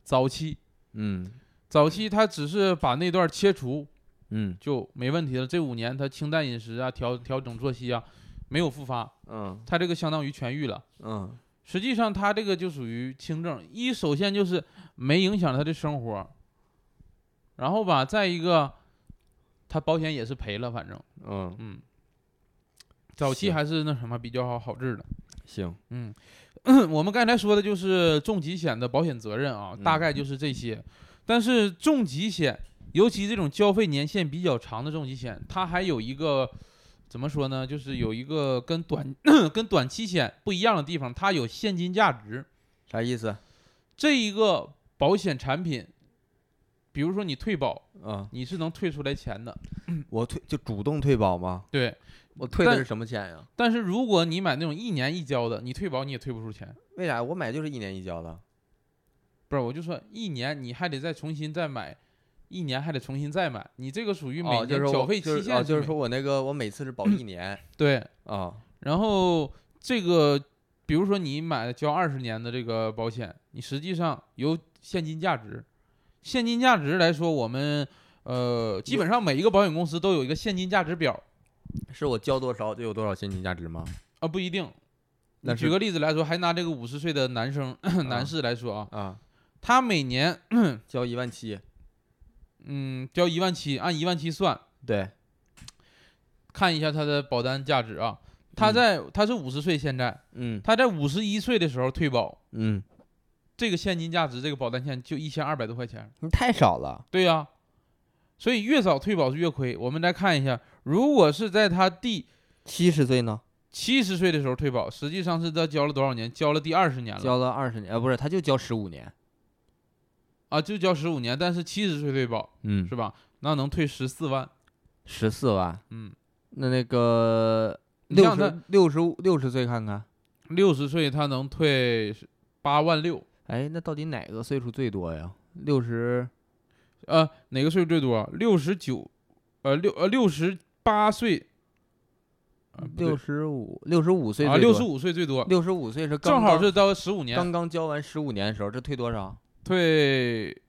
S3: 早期，
S1: 嗯
S3: 早期他只是把那段切除
S1: 嗯
S3: 就没问题了。这五年他清淡饮食啊，调调整作息啊，没有复发，
S1: 嗯
S3: 他这个相当于痊愈了。
S1: 嗯
S3: 实际上，他这个就属于轻症，一首先就是没影响他的生活，然后吧，再一个，他保险也是赔了，反正
S1: 嗯，
S3: 嗯，早期
S1: 行
S3: 还是那什么比较好好治的。
S1: 行，
S3: 嗯，我们刚才说的就是重疾险的保险责任啊，大
S1: 嗯
S3: 概就是这些。但是重疾险，尤其这种交费年限比较长的重疾险，它还有一个怎么说呢？就是有一个跟短 跟短期险不一样的地方，它有现金价值。
S1: 啥意思？
S3: 这一个保险产品，比如说你退保，
S1: 嗯，
S3: 你是能退出来钱的。
S1: 我退就主动退保吗？
S3: 对，
S1: 我退的
S3: 但
S1: 是什么钱呀？
S3: 但是如果你买那种一年一交的，你退保你也退不出钱。
S1: 为啥我买就是一年一交的？
S3: 不是，我就说一年你还得再重新再买，一年还得重新再买，你这个属于每
S1: 哦，就
S3: 年
S1: 是
S3: 缴
S1: 我
S3: 费
S1: 就
S3: 期
S1: 是嗯
S3: 限、
S1: 哦，就是说我那个我每次是保一年
S3: 对。
S1: 啊，
S3: 然后这个，比如说你买了交二十年的这个保险，你实际上有现金价值。现金价值来说，我们呃基本上每一个保险公司都有一个现金价值表
S1: 是我交多少就有多少现金价值吗？
S3: 啊，不一定。
S1: 那
S3: 你举
S1: 是
S3: 个例子来说，还拿这个五十岁的男生男士来说啊，
S1: 啊，
S3: 他每年
S1: 交一万七，
S3: 嗯交一万七，按一万七算，
S1: 对，
S3: 看一下他的保单价值啊。他
S1: 嗯
S3: 在他是五十岁，现在
S1: 嗯
S3: 他在五十一岁的时候退保，
S1: 嗯，
S3: 这个现金价值，这个保单现就一千二百多块钱。
S1: 你太少了，
S3: 对呀、所以越早退保是越亏。我们来看一下，如果是在他第
S1: 七十岁呢？
S2: 七十岁的时候退保，实际上是他交了多少年？交了第二十年了
S1: 交了二十年，呃，不是，他就交十五年，
S2: 啊，就交十五年，但是七十岁退保
S1: 嗯
S2: 是，吧？那能退十四万，
S1: 十四万，
S2: 嗯，
S1: 那那个
S2: 你想
S1: 六
S2: 想他
S1: 十六十五六十岁看看，
S2: 六十岁他能退八万六，
S1: 哎，那到底哪个岁数最多呀？六十
S2: 呃，哪个岁数最多啊？六十九，呃六呃六十八岁，呃不对
S1: 六十五六十五岁
S2: 啊六十五岁最多，
S1: 六十五岁是刚
S2: 正好
S1: 刚
S2: 是到十五年
S1: 刚刚交完十五年的时候，这退多少？
S2: 退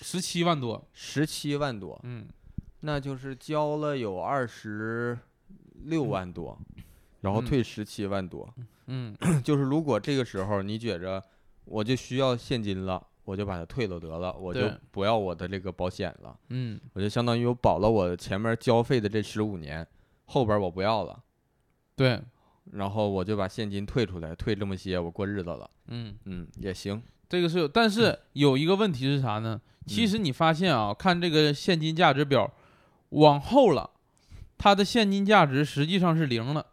S2: 十七万多，
S1: 十七万多，
S2: 嗯，
S1: 那就是交了有二十六万多，然后
S2: 嗯
S1: 退十七万多。
S2: 嗯，
S1: 就是如果这个时候你觉着我就需要现金了，我就把它退了得了，我就
S2: 对
S1: 不要我的这个保险了，
S2: 嗯，
S1: 我就相当于我保了我前面交费的这十五年，后边我不要了，
S2: 对，
S1: 然后我就把现金退出来，退这么些，我过日子了。
S2: 嗯，
S1: 嗯，也行。
S2: 这个是有，但是有一个问题是啥呢？其
S1: 嗯
S2: 实你发现啊，看这个现金价值表，往后了，它的现金价值实际上是零了。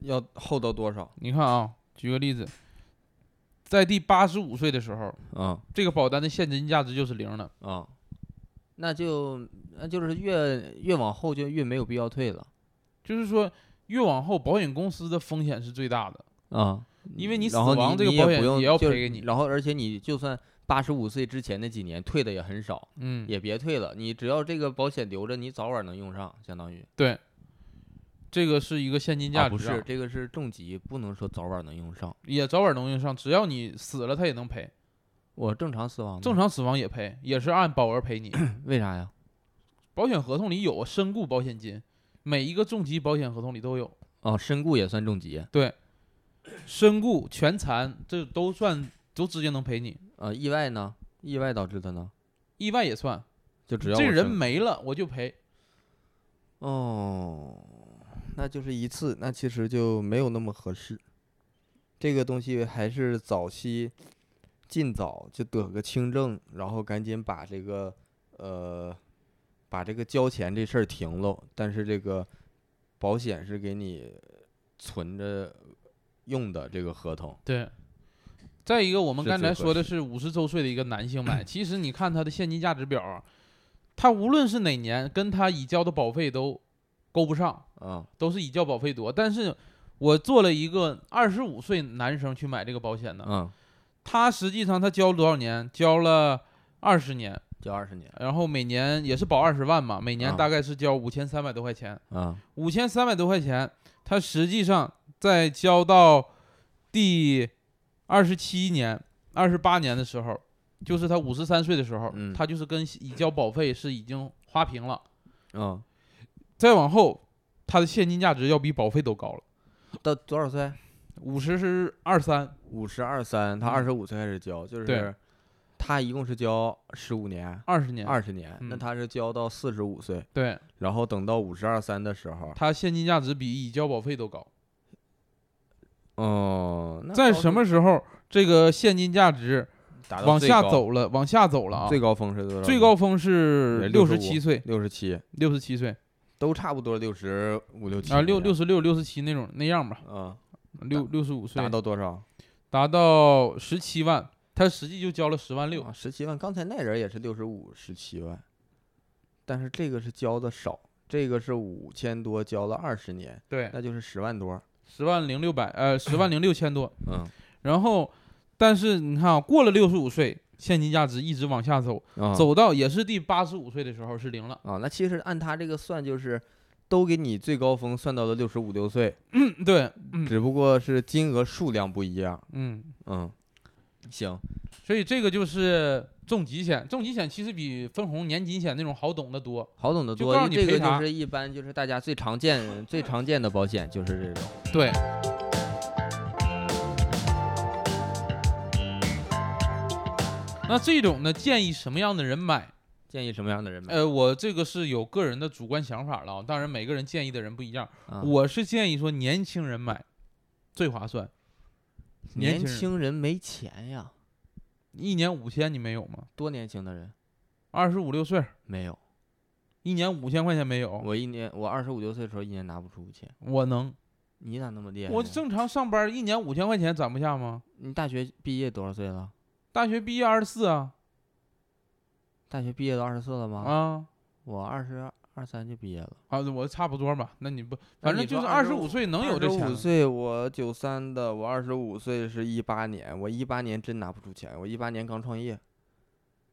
S1: 要厚到多少？
S2: 你看啊，举个例子，在第八十五岁的时候，
S1: 嗯
S2: 这个保单的现金价值就是零了。
S1: 嗯，那就那就是越越往后就越没有必要退了。
S2: 就是说，越往后保险公司的风险是最大的。
S1: 啊、
S2: 因为你死
S1: 然后
S2: 亡这个
S1: 你
S2: 保
S1: 也
S2: 险
S1: 不用
S2: 也要
S1: 就
S2: 赔给你
S1: 然后而且你就算八十五岁之前那几年退的也很少，
S2: 嗯，
S1: 也别退了，你只要这个保险留着，你早晚能用上，相当于
S2: 对，这个是一个现金
S1: 啊
S2: 价
S1: 不
S2: 值啊、
S1: 是这个是重疾，不能说早晚能用上，
S2: 也早晚能用上，只要你死了，它也能赔，
S1: 我正常死亡吗
S2: 正常死亡也赔，也是按保额赔你。
S1: 为啥呀？
S2: 保险合同里有身故保险金，每一个重疾保险合同里都有。
S1: 哦，身故也算重疾，
S2: 身故、全残这都算，都直接能赔你。
S1: 呃，意外呢？意外导致的呢？
S2: 意外也算，
S1: 就只要
S2: 这
S1: 我
S2: 人
S1: 身
S2: 没了我就赔。
S1: 哦，那就是一次，那其实就没有那么合适。这个东西还是早期，尽早就得个轻症，然后赶紧把这个呃，把这个交钱这事儿停喽。但是这个保险是给你存着用的这个合同，
S2: 对。再一个，我们
S1: 是
S2: 刚
S1: 最
S2: 才
S1: 合
S2: 说的是五十周岁的一个男 性买，其实你看他的现金价值表啊，他无论是哪年，跟他已交的保费都够不上，
S1: 嗯
S2: 都是已交保费多。但是我做了一个二十五岁男生去买这个保险的，
S1: 嗯，
S2: 他实际上他交了多少年？交了二十年，
S1: 交二十年
S2: 然后每年也是保二十万嘛，每年
S1: 啊
S2: 大概是交五千三百多块钱。
S1: 啊，
S2: 五千三百多块钱，他实际上在交到第二十七年、二十八年的时候，就是他五十三岁的时候，
S1: 嗯
S2: 他就是跟已交保费是已经花平了。
S1: 嗯，
S2: 再往后，他的现金价值要比保费都高了，
S1: 到多少岁？
S2: 五十是二三，
S1: 五十二三，他
S2: 嗯
S1: 二十五岁开始交，就
S2: 对
S1: 是他一共是交十五年，
S2: 二十年，
S1: 二十年，那
S2: 嗯
S1: 他是交到四十五岁，
S2: 对，
S1: 然后等到五十二三的时候，
S2: 他现金价值比已交保费都高。
S1: 嗯，那
S2: 在
S1: 高
S2: 什
S1: 度
S2: 么时候这个现金价值
S1: 达到
S2: 往
S1: 最
S2: 下
S1: 高？
S2: 走了？往下走了啊！
S1: 最高峰是多少？
S2: 最高峰是
S1: 也
S2: 六
S1: 65
S2: 十七岁，
S1: 六十七，
S2: 六十七岁
S1: 都差不多六十五六七
S2: 啊，六六，十六、六十七那种那样吧。
S1: 嗯，
S2: 六六十五岁
S1: 达到多少？
S2: 达到十七万，他实际就交了十万六，
S1: 啊十七万。刚才那人也是六十五十七万，但是这个是交的少，这个是五千多交了二十年，
S2: 对，
S1: 那就是十万多。
S2: 十万零六百，呃，十万零六千多。
S1: 嗯
S2: 然后，但是你看啊，过了六十五岁，现金价值一直往下走，
S1: 啊
S2: 走到也是第八十五岁的时候是零了。
S1: 啊，那其实按他这个算就是。都给你最高峰算到了六十五六岁，
S2: 嗯对，嗯
S1: 只不过是金额数量不一样。
S2: 嗯，
S1: 嗯，行，
S2: 所以这个就是重疾险，重疾险其实比分红、年金险那种好懂得多。
S1: 好懂得
S2: 就
S1: 多。
S2: 告诉
S1: 因为
S2: 你
S1: 这个
S2: 赔
S1: 就
S2: 啥
S1: 是一般就是大家最常见、最常见的保险就是这种。
S2: 对，那这种呢，建议什么样的人买？
S1: 建议什么样的人买？
S2: 呃，我这个是有个人的主观想法了啊，当然每个人建议的人不一样。
S1: 啊、
S2: 我是建议说年轻人买最划算，
S1: 年
S2: 年轻人
S1: 轻人没钱呀，
S2: 一年五千你没有吗？
S1: 多年轻的人
S2: 二十五六岁儿
S1: 没有，
S2: 一年五千块钱没有，
S1: 我一年我二十五六岁的时候一年拿不出五千，
S2: 我能，
S1: 你咋那么厉害呢？
S2: 我正常上班一年五千块钱攒不下吗？
S1: 你大学毕业多少岁了？
S2: 大学毕业二十四啊
S1: 大学毕业都二十四了吗？
S2: 啊，
S1: 我二十二三就毕业了。
S2: 啊，我差不多吧。那你不，
S1: 那
S2: 反正
S1: 你
S2: 就
S1: 说
S2: 是
S1: 25
S2: 十五岁能有这钱
S1: 五
S2: 了。
S1: 岁，我九三的，我二十五岁是一八年，我一八年真拿不出钱，我一八年刚创业，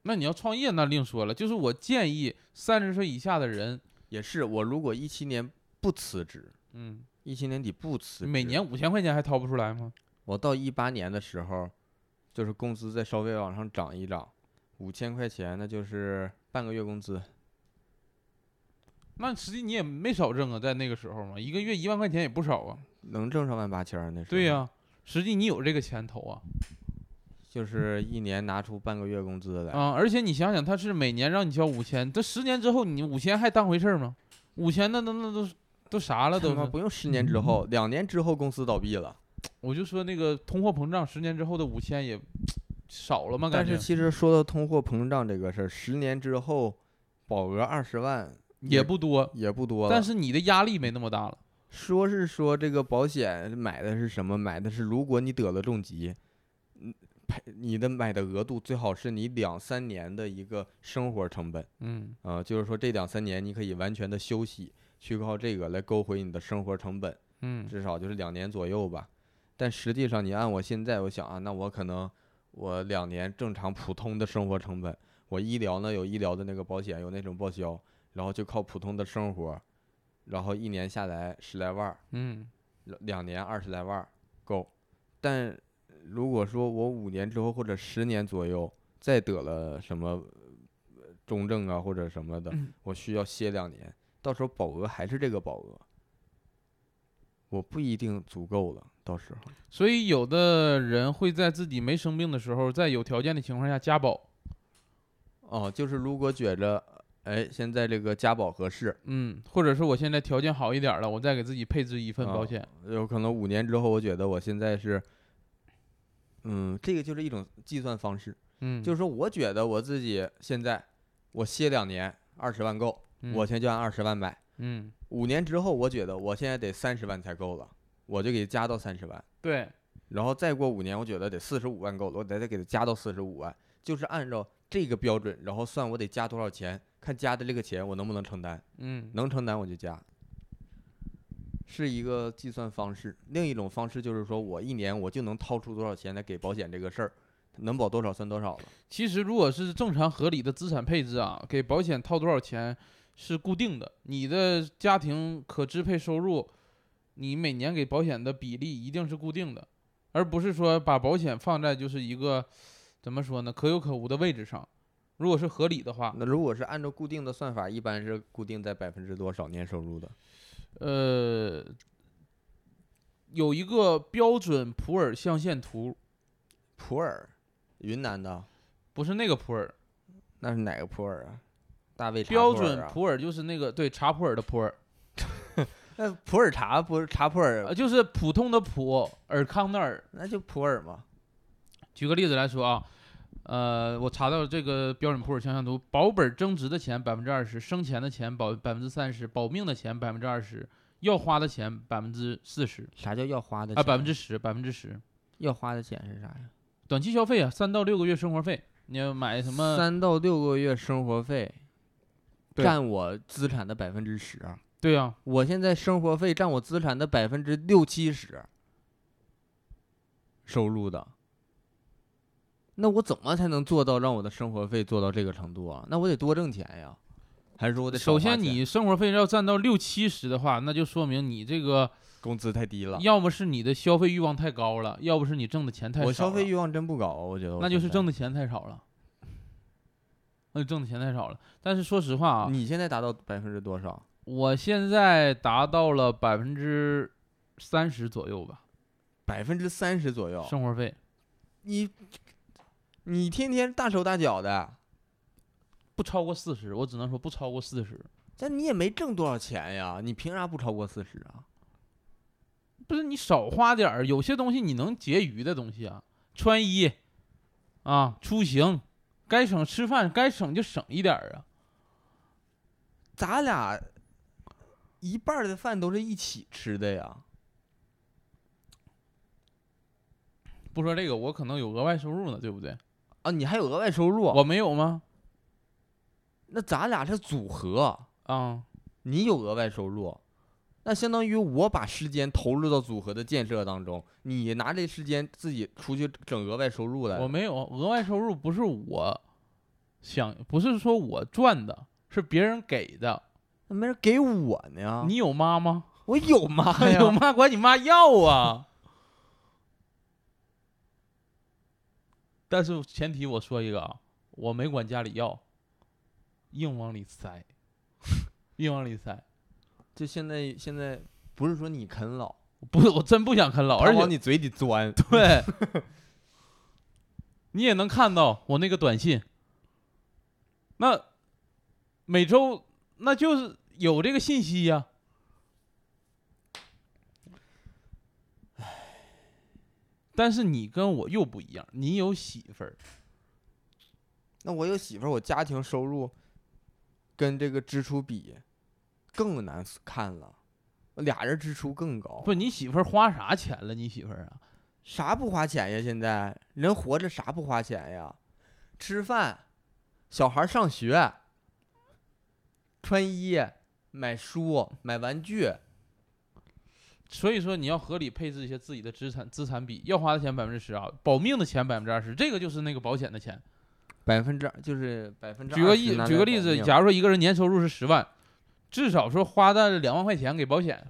S2: 那你要创业那另说了，就是我建议三十岁以下的人，
S1: 也是我如果一七年不辞职，
S2: 嗯，
S1: 一七年底不辞职，
S2: 每年五千块钱还掏不出来吗？
S1: 我到一八年的时候，就是工资再稍微往上涨一涨，五千块钱那就是半个月工资，
S2: 那实际你也没少挣啊，在那个时候嘛，一个月一万块钱也不少啊。
S1: 能挣上万八千儿那是。
S2: 对呀、、实际你有这个钱投啊，
S1: 就是一年拿出半个月工资来，
S2: 啊、而且你想想，他是每年让你交五千，这十年之后你五千还当回事儿吗？五千那那那都都啥了
S1: 他
S2: 都
S1: 妈
S2: 是，嗯
S1: 不用十年之后，两年之后公司倒闭了。
S2: 我就说那个通货膨胀，十年之后的五千也少了嘛，
S1: 但
S2: 感
S1: 是
S2: 觉
S1: 其实说到通货膨胀这个事儿，十年之后保额二十万
S2: 也不多，
S1: 也不多了。
S2: 但是你的压力没那么大了。
S1: 说是说这个保险买的是什么？买的是如果你得了重疾，嗯，赔你的买的额度最好是你两三年的一个生活成本。
S2: 嗯，
S1: 啊、就是说这两三年你可以完全的休息，去靠这个来勾回你的生活成本，
S2: 嗯，
S1: 至少就是两年左右吧。但实际上，你按我现在，我想啊，那我可能我两年正常普通的生活成本，我医疗呢有医疗的那个保险，有那种报销，然后就靠普通的生活，然后一年下来十来万儿，
S2: 嗯，
S1: 两两年二十来万儿够。但如果说我五年之后或者十年左右再得了什么呃中症啊或者什么的，我需要歇两年，到时候保额还是这个保额，我不一定足够了。到时候
S2: 所以有的人会在自己没生病的时候，在有条件的情况下加保。
S1: 哦，就是如果觉着哎现在这个加保合适，
S2: 嗯，或者是我现在条件好一点儿了，我再给自己配置一份
S1: 啊
S2: 保险。
S1: 有可能五年之后我觉得我现在是。嗯，这个就是一种计算方式，
S2: 嗯，
S1: 就是说，我觉得我自己现在我歇两年，二十万够，我
S2: 嗯
S1: 先就按二十万买。
S2: 嗯，
S1: 五年之后，我觉得我现在得三十万才够了，我就给加到三十万。
S2: 对，
S1: 然后再过五年，我觉得得四十五万够了，我得再给它加到四十五万，就是按照这个标准，然后算我得加多少钱，看加的这个钱我能不能承担，
S2: 嗯，
S1: 能承担我就加，是一个计算方式。另一种方式就是说我一年我就能掏出多少钱来给保险这个事儿，能保多少算多少了。
S2: 其实如果是正常合理的资产配置啊，给保险套多少钱是固定的，你的家庭可支配收入，你每年给保险的比例一定是固定的，而不是说把保险放在就是一个怎么说呢可有可无的位置上。如果是合理的话，
S1: 那如果是按照固定的算法，一般是固定在百分之多少年收入的？
S2: 呃，有一个标准普尔象限图，
S1: 普洱，云南的，
S2: 不是那个普尔，
S1: 那是哪个普洱啊？大卫茶
S2: 标
S1: 普洱
S2: 准
S1: 啊
S2: 普洱就是那个对茶普洱的普洱，
S1: 那普洱茶不是茶普洱
S2: 呃，，就是普通的普，尔康的尔。
S1: 那就普洱嘛。
S2: 举个例子来说啊，呃，我查到这个标准普尔象限图，保本增值的钱百分之二十，生前的钱保百分之三十，保命的钱百分之二十，要花的钱百分之四十
S1: 啥叫要花的
S2: 啊，百分之十，百分之十。
S1: 要花的钱是啥呀？
S2: 短期消费啊，三到六个月生活费，你要买什么？
S1: 三到六个月生活费，
S2: 对
S1: 占我资产的百分之十。
S2: 对啊，
S1: 我现在生活费占我资产的百分之六七十收入的，那我怎么才能做到让我的生活费做到这个程度啊？那我得多挣钱呀，还是说我得少
S2: 首
S1: 花
S2: 先
S1: 钱
S2: 你生活费要占到六七十的话，那就说明你这个
S1: 工资太低了，
S2: 要么是你的消费欲望太高了，要不是你挣的钱太少了。
S1: 我消费欲望真不高，我觉得我
S2: 那就是
S1: 现在
S2: 挣的钱太少了，那就挣的钱太少了。但是说实话啊，
S1: 你现在达到百分之多少？
S2: 我现在达到了百分之三十左右吧，
S1: 百分之三十左右，
S2: 生活费
S1: 你你天天大手大脚的，
S2: 不超过四十，我只能说不超过四十。
S1: 但你也没挣多少钱呀，你凭啥不超过四十啊？
S2: 不是你少花点儿，有些东西你能节余的东西啊，穿衣啊，出行，该省吃饭该省就省一点儿啊。
S1: 咱俩一半儿的饭都是一起吃的呀。
S2: 不说这个，我可能有额外收入呢，对不对？
S1: 啊，你还有额外收入？
S2: 我没有吗？
S1: 那咱俩是组合，
S2: 啊、
S1: 你有额外收入，那相当于我把时间投入到组合的建设当中，你拿这时间自己出去整额外收入来
S2: 我。没有额外收入，不是我想，不是说我赚的，是别人给的。
S1: 那没人给我呢，
S2: 你有妈吗？
S1: 我有妈哎呀，
S2: 有哎妈管你妈要啊。但是前提我说一个啊，我没管家里要，硬往里塞，硬往里塞。
S1: 就现在现在不是说你啃老，
S2: 不是，我真不想啃老，
S1: 而
S2: 而
S1: 往
S2: 且
S1: 你嘴里钻。
S2: 对，你也能看到我那个短信。那每周那就是有这个信息呀、但是你跟我又不一样，你有媳妇儿，
S1: 那我有媳妇儿，我家庭收入跟这个支出比更难看了，俩人支出更高。
S2: 不，你媳妇儿花啥钱了？你媳妇儿啊，
S1: 啥不花钱呀？现在人活着啥不花钱呀？吃饭，小孩上学，穿衣，买书，买玩具，
S2: 所以说你要合理配置一些自己的资产，资产比要花的钱百分之十啊，保命的钱百分之二十，这个就是那个保险的钱。
S1: 百分之就是百分之。
S2: 举个例，举个例子，假如说一个人年收入是十万，至少说花在两万块钱给保险，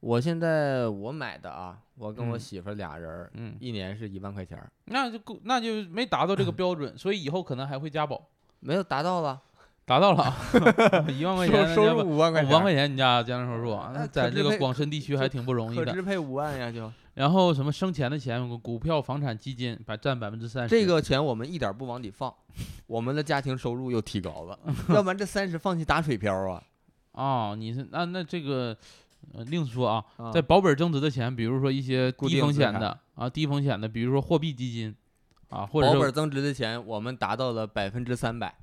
S1: 我现在我买的啊，我跟我
S2: 嗯
S1: 媳妇儿俩人儿、
S2: 嗯，
S1: 一年是一万块钱儿，
S2: 那就够，那就没达到 这个标准，所以以后可能还会加保。
S1: 没有达到了，
S2: 达 到了啊，一万块钱
S1: 收
S2: 的
S1: 收
S2: 加保，
S1: 入五万块
S2: 五
S1: 钱，
S2: 万块钱你家家庭收入啊，
S1: 那
S2: 那
S1: 可
S2: 在这
S1: 支
S2: 个
S1: 配
S2: 广深地区还
S1: 可
S2: 挺不容易
S1: 可
S2: 的。
S1: 支配五万呀就。
S2: 然后什么生前的钱，股股票、房产、基金，百占百分之三十。
S1: 这个钱我们一点儿不往里放，我们的家庭收入又提高 了，要不然这三十放弃打水漂啊。
S2: 啊、你是那那这个，呃，另说啊，
S1: 啊
S2: 在保本增值的钱，比如说一些
S1: 固
S2: 低
S1: 定
S2: 风
S1: 资
S2: 险
S1: 产
S2: 的啊，低风险的，比如说货币基金啊，或者
S1: 保本
S2: 是
S1: 增值的钱，我们达到了百分之三百，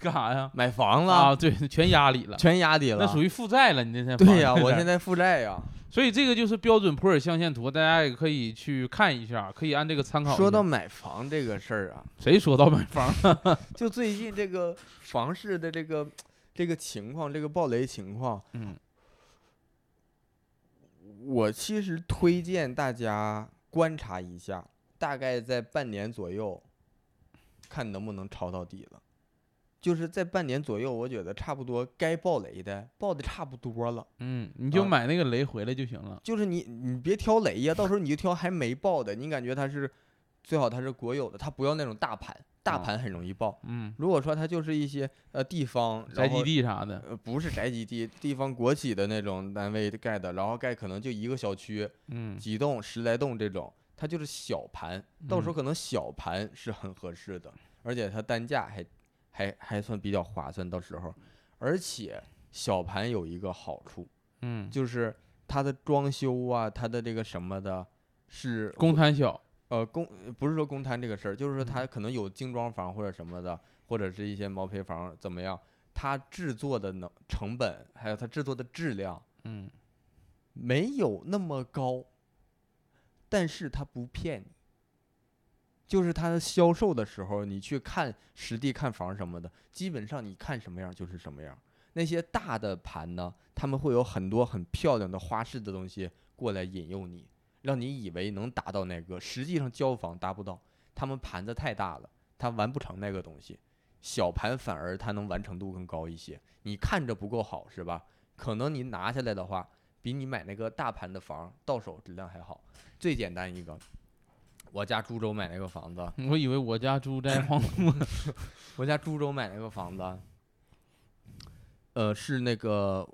S2: 干啥呀？
S1: 买房了，
S2: 啊，对，全压里了，
S1: 全压底了。
S2: 那属
S1: 于
S2: 于负债了。你那天
S1: 对呀、我现
S2: 在，
S1: 在负债呀、
S2: 所以这个就是标准普尔象限图，大家也可以去看一下，可以按这个参考一下。
S1: 说到买房这个事儿啊，
S2: 谁说到买房？
S1: 就最近这个房市的这个这个情况，这个暴雷情况，
S2: 嗯，
S1: 我其实推荐大家观察一下，大概在半年左右，看能不能抄到底了。就是在半年左右，我觉得差不多该爆雷的爆的差不多了。
S2: 嗯，你就
S1: 啊
S2: 买那个雷回来就行了。
S1: 就是你你别挑雷呀，到时候你就挑还没爆的，你感觉它是最好它是国有的，它不要那种大盘，大
S2: 哦
S1: 盘很容易爆。
S2: 嗯，
S1: 如果说它就是一些呃地方然
S2: 宅基
S1: 后
S2: 地啥的，
S1: 呃不是宅基地，地方国企的那种单位盖的，然后盖可能就一个小区
S2: 嗯，
S1: 几栋十来栋这种，它就是小盘，到时
S2: 嗯
S1: 候可能小盘是很合适的，而且它单价还还还算比较划算，到时候，而且小盘有一个好处。
S2: 嗯，
S1: 就是它的装修啊，它的这个什么的，是
S2: 嗯公摊小，
S1: 呃公不是说公摊这个事儿，就是说它可能有精装房或者什么的，或者是一些毛坯房怎么样，它制作的能成本还有它制作的质量
S2: 嗯，
S1: 没有那么高，但是它不骗你。就是它的销售的时候，你去看实地看房什么的，基本上你看什么样就是什么样。那些大的盘呢，他们会有很多很漂亮的花式的东西过来引诱你，让你以为能达到那个，实际上交房达不到。他们盘子太大了，他完不成那个东西。小盘反而它能完成度更高一些。你看着不够好是吧？可能你拿下来的话，比你买那个大盘的房到手质量还好。最简单一个，我家株洲买那个房子，
S2: 我以为我家住在 黄土，
S1: 我家株洲买那个房子，啊呃，是那个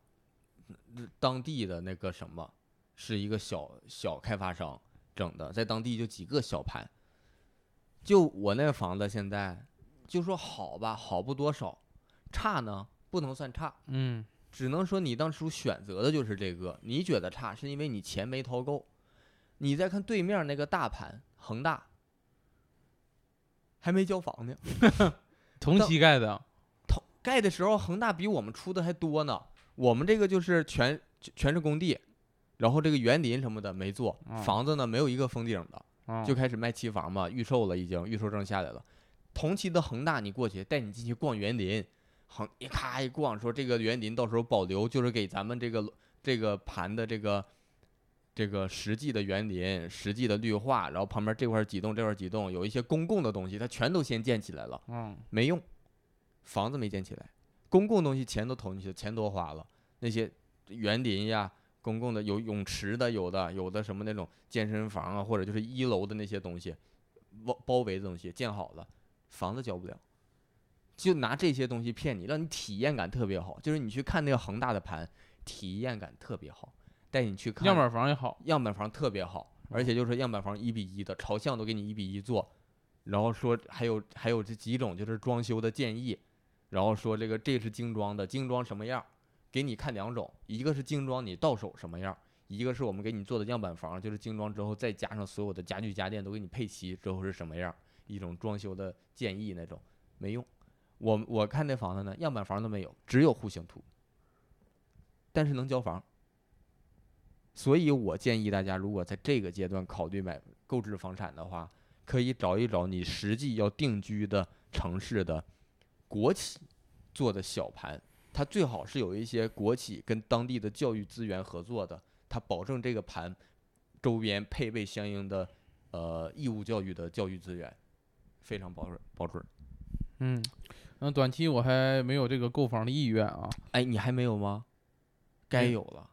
S1: 呃当地的那个什么，是一个小小开发商整的，在当地就几个小盘。就我那个房子现在，就说好吧，好不多少，差呢不能算差，
S2: 嗯，
S1: 只能说你当初选择的就是这个，你觉得差是因为你钱没掏够。你再看对面那个大盘恒大，还没交房呢，
S2: 同
S1: 到
S2: 膝盖的，
S1: 盖的时候恒大比我们出的还多呢，我们这个就是全全是工地，然后这个园林什么的没做，
S2: 嗯
S1: 房子呢没有一个封顶的，
S2: 啊，
S1: 就开始卖期房嘛，预售了已经，预售证下来了。同期的恒大，你过去带你进去逛园林，恒一咔一逛，说这个园林到时候保留就是给咱们这个这个盘的这个这个实际的园林、实际的绿化，然后旁边这块儿几栋这块儿几栋有一些公共的东西，它全都先建起来了，
S2: 嗯
S1: 没用，房子没建起来，公共东西钱都投进去了，钱都花了，那些园林呀。公共的有泳池的，有的有的什么那种健身房啊，或者就是一楼的那些东西，包包围的东西建好了，房子交不了，就拿这些东西骗你，让你体验感特别好。就是你去看那个恒大的盘，体验感特别好，带你去看
S2: 样板房也好，
S1: 样板房特别好，而且就是样板房一比一的，朝向都给你一比一做，然后说还有还有这几种就是装修的建议，然后说这个这是精装的，精装什么样儿，给你看两种，一个是精装你到手什么样儿，一个是我们给你做的样板房，就是精装之后再加上所有的家具家电都给你配齐之后是什么样儿，一种装修的建议那种没用。我我看那房子呢，样板房都没有，只有户型图，但是能交房。所以我建议大家，如果在这个阶段考虑买购置房产的话，可以找一找你实际要定居的城市的国企做的小盘，它最好是有一些国企跟当地的教育资源合作的，它保证这个盘周边配备相应的呃义务教育的教育资源，非常保准保准。
S2: 嗯，那短期我还没有这个购房的意愿啊，
S1: 哎，你还没有吗？该
S2: 嗯
S1: 有了，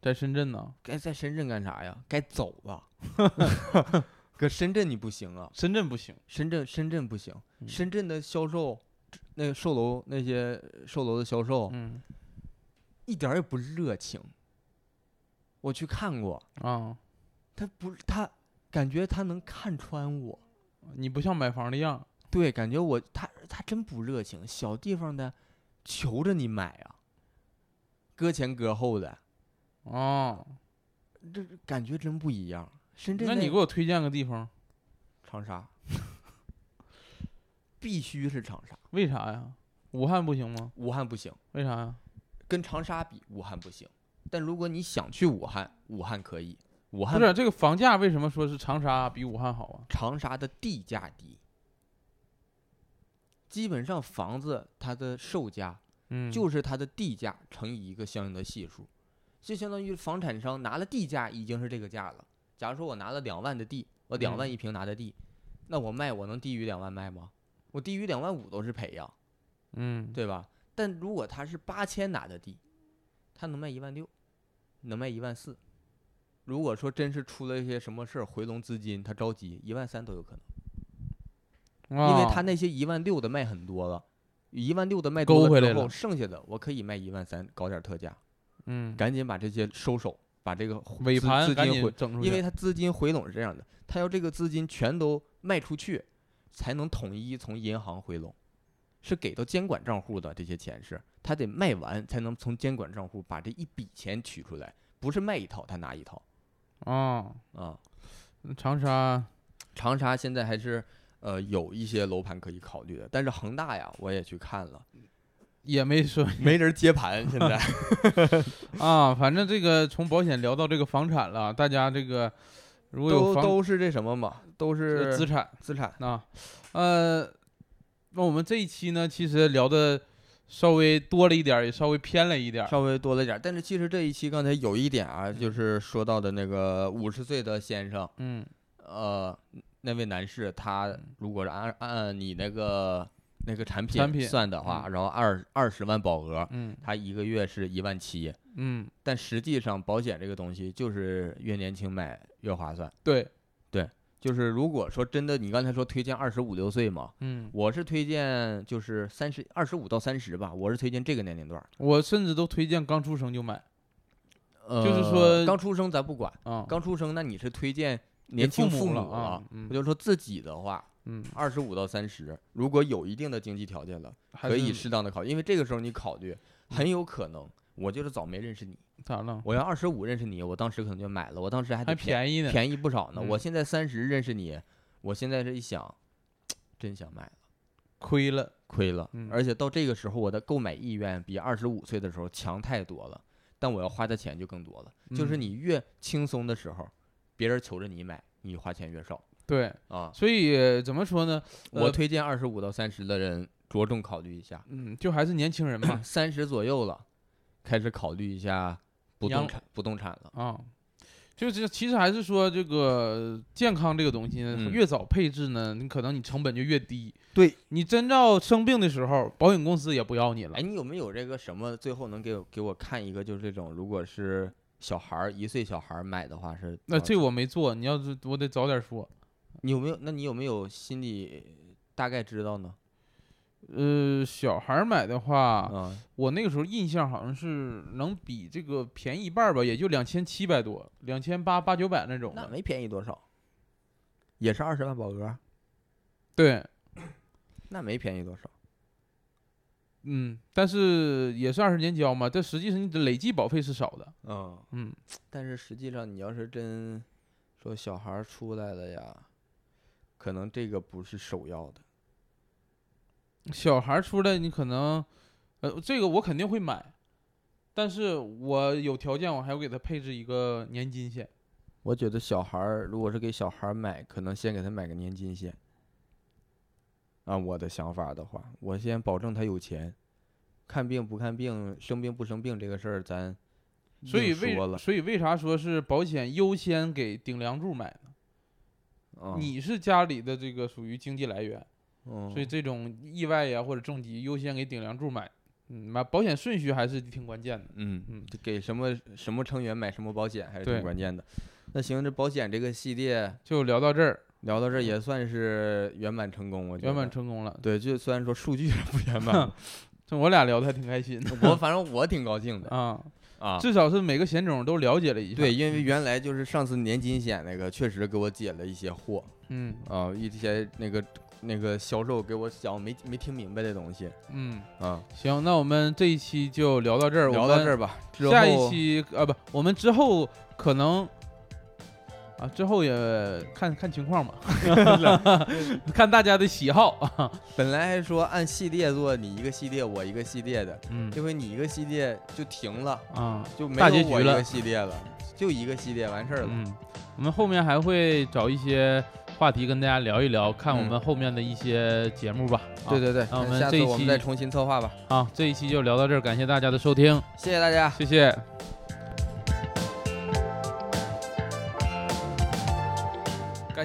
S2: 在深圳呢，
S1: 该在深圳干啥呀？该走 了。搁深圳你不行啊，
S2: 深圳不行，
S1: 深圳深圳不行，
S2: 嗯
S1: 深圳的销售，那个售楼那些售楼的销售、
S2: 嗯
S1: 一点儿也不热情。我去看过，
S2: 啊，
S1: 他不他感觉他能看穿我，
S2: 你不像买房的样儿，
S1: 对，感觉我他他真不热情，小地方的求着你买啊，搁前搁后的，
S2: 啊，
S1: 这感觉真不一样。深圳
S2: 那你
S1: 那
S2: 给我推荐个地方，
S1: 长沙， 必须是长沙，
S2: 为啥呀？武汉不行吗？
S1: 武汉不行。
S2: 为啥呀？
S1: 跟长沙比，武汉不行。但如果你想去武汉，武汉可以。武汉
S2: 不是这个房价为什么说是长沙比武汉好啊？
S1: 长沙的地价低，基本上房子它的售价
S2: 嗯，
S1: 就是它的地价乘以一个相应的系数，就相当于房产商拿了地价已经是这个价了。假如说我拿了两万的地，我两万
S2: 嗯
S1: 一平拿的地，那我卖我能低于两万卖吗？我低于两万五都是赔呀，
S2: 嗯，
S1: 对吧？但如果他是八千拿的地，他能卖一万六，能卖一万四。如果说真是出了一些什么事儿，回笼资金，他着急，一万三都有可能，因为
S2: 啊
S1: 他那些一万六的卖很多了，一万六的卖
S2: 勾
S1: 多
S2: 回
S1: 之
S2: 来
S1: 后，
S2: 了
S1: 剩下的我可以卖一万三，搞点特价，
S2: 嗯
S1: 赶紧把这些收手，把这个回
S2: 尾
S1: 资
S2: 盘
S1: 资
S2: 赶
S1: 金
S2: 紧
S1: 回，
S2: 整出去，
S1: 因为他资金回笼是这样的，他要这个资金全都卖出去，才能统一从银行回笼，是给到监管账户的这些钱是，他得卖完才能从监管账户把这一笔钱取出来，不是卖一套他拿一套
S2: 啊，
S1: 啊、
S2: 长沙
S1: 长沙现在还是呃有一些楼盘可以考虑的，但是恒大呀我也去看了，
S2: 也没说
S1: 没人接盘现 在
S2: 啊，反正这个从保险聊到这个房产了，大家这个如果有
S1: 都
S2: 房呃
S1: 都是这什么嘛，都是
S2: 资产
S1: 资产，
S2: 啊，呃，那我们这一期呢，其实聊的稍微多了一点儿，也稍微偏了一点儿，
S1: 稍微多了点儿，但是其实这一期刚才有一点啊，就是说到的那个五十岁的先生，
S2: 嗯
S1: 呃，那位男士他如果是按按你那个那个产
S2: 产品
S1: 算的话，然后二二十万保额，
S2: 嗯
S1: 他一个月是一万七，
S2: 嗯，
S1: 但实际上保险这个东西就是越年轻买越划算。
S2: 对，
S1: 就是如果说真的，你刚才说推荐二十五六岁嘛，
S2: 嗯，
S1: 我是推荐就是三十二十五到三十吧，我是推荐这个年龄段儿。
S2: 我甚至都推荐刚出生就买
S1: 呃，
S2: 是说
S1: 刚出生咱不管。
S2: 啊，
S1: 刚出生，那你是推荐
S2: 给
S1: 年轻
S2: 父
S1: 母
S2: 了啊，嗯
S1: 我就说自己的话，
S2: 嗯，
S1: 二十五到三十，如果有一定的经济条件了，
S2: 还
S1: 可以
S2: 是嗯
S1: 适当的考虑，因为这个时候你考虑，很有可能我就是早没认识你，
S2: 咋了？
S1: 我要二十五认识你，我当时可能就买了，我当时还
S2: 还
S1: 得便
S2: 便宜呢，
S1: 便宜不少呢。
S2: 嗯
S1: 我现在三十认识你，我现在这一想，真想买了，
S2: 亏了。
S1: 亏了
S2: 嗯。
S1: 而且到这个时候，我的购买意愿比二十五岁的时候强太多了，但我要花的钱就更多了。就是
S2: 嗯
S1: 你越轻松的时候，别人求着你买，你花钱越少
S2: 对，
S1: 啊。
S2: 所以怎么说呢？
S1: 我
S2: 呃
S1: 推荐二十五到三十的人着重考虑一下，
S2: 嗯，就还是年轻 人嘛
S1: 三十左右了，开始考虑一下不
S2: 养
S1: 动产不动产了。
S2: 啊，就是其实还是说这个健康这个东西呢，
S1: 嗯
S2: 越早配置呢，你可能你成本就越低。
S1: 对
S2: 你真到生病的时候，保险公司也不要你了
S1: 哎，。你有没有这个什么？最后能给我给我看一个，就是这种，如果是小孩儿一岁小孩儿买的话是多
S2: 那
S1: 少
S2: 这我没做，你要是我得早点说。
S1: 你有没有？那你有没有心里大概知道呢？
S2: 呃，小孩儿买的话，
S1: 啊，
S2: 我那个时候印象好像是能比这个便宜一半儿吧，也就两千七百多，两千八八九百那种
S1: 那
S2: 的。
S1: 没便宜多少，也是二十万保额，
S2: 对，
S1: 那没便宜多少。
S2: 嗯，但是也是二十年交嘛，但实际上你的累计保费是少的。
S1: 嗯，
S2: 嗯，
S1: 但是实际上你要是真说小孩儿出来了呀，可能这个不是首要的。
S2: 小孩儿出来你可能，呃，这个我肯定会买，但是我有条件我还要给他配置一个年金险。
S1: 我觉得小孩儿如果是给小孩儿买，可能先给他买个年金险。按我的想法的话，我先保证他有钱，看病不看病，生病不生病这个事儿咱
S2: 所以
S1: 另说
S2: 为
S1: 了，
S2: 所以为啥说是保险优先给顶梁柱买呢？
S1: 嗯、
S2: 你是家里的这个属于经济来源，
S1: 嗯，
S2: 所以这种意外呀或者重疾优先给顶梁柱买。嗯，买保险顺序还是挺关键的。
S1: 嗯
S2: 嗯
S1: 这给什么什么成员买什么保险还是
S2: 对
S1: 挺关键的。那行，这保险这个系列
S2: 就聊到这儿，
S1: 聊到这儿也算是圆满成功，我觉得
S2: 圆满成功了。
S1: 对，就虽然说数据 上不圆 满，
S2: 这我俩聊的还挺开心的
S1: 我反正我挺高兴的
S2: 啊，
S1: 啊。
S2: 至少是每个险种都了解了一下。嗯
S1: 对，，因为原来就是上次年金险那个，确实给我解了一些惑
S2: 嗯
S1: 啊，一些那个那个销售给我讲没没听明白的东西
S2: 嗯，
S1: 啊。
S2: 行，那我们这一期就聊到这儿，
S1: 聊到这儿吧，之
S2: 我们
S1: 后
S2: 下一期啊不，我们之后可能啊，之后也看看情 况吧， 看大家的喜好。啊
S1: 本来还说按系列做，你一个系列我一个系列的，
S2: 嗯
S1: 这回你一个系列就停了。
S2: 啊，
S1: 就没
S2: 大结
S1: 有
S2: 局
S1: 我一
S2: 了
S1: 个系列了，就一个系列完事儿了。
S2: 嗯，我们后面还会找一些话题跟大家聊一聊，看我
S1: 嗯
S2: 们后面的一些节目吧。啊
S1: 对对对，
S2: 那我们
S1: 下
S2: 这
S1: 次
S2: 一
S1: 我们
S2: 期
S1: 再重新策划吧。
S2: 好，这一期就聊到这儿，感谢大家的收听，
S1: 谢谢大家。
S2: 谢谢。感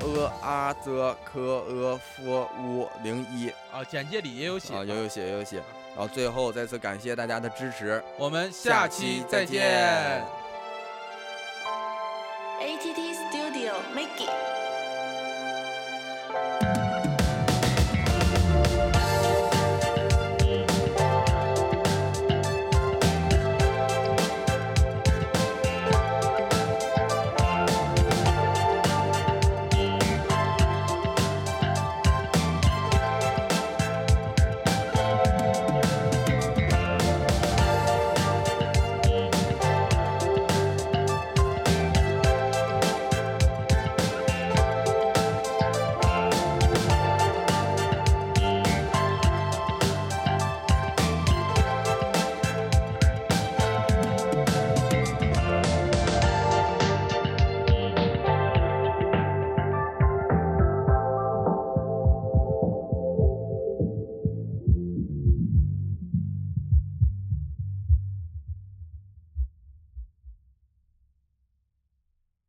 S1: a 阿泽科啊呃 f 乌零一
S2: 啊，简介里也有写。
S1: 啊，有有写有写。然后最后再次感谢大家的支持，
S2: 我们下期再见。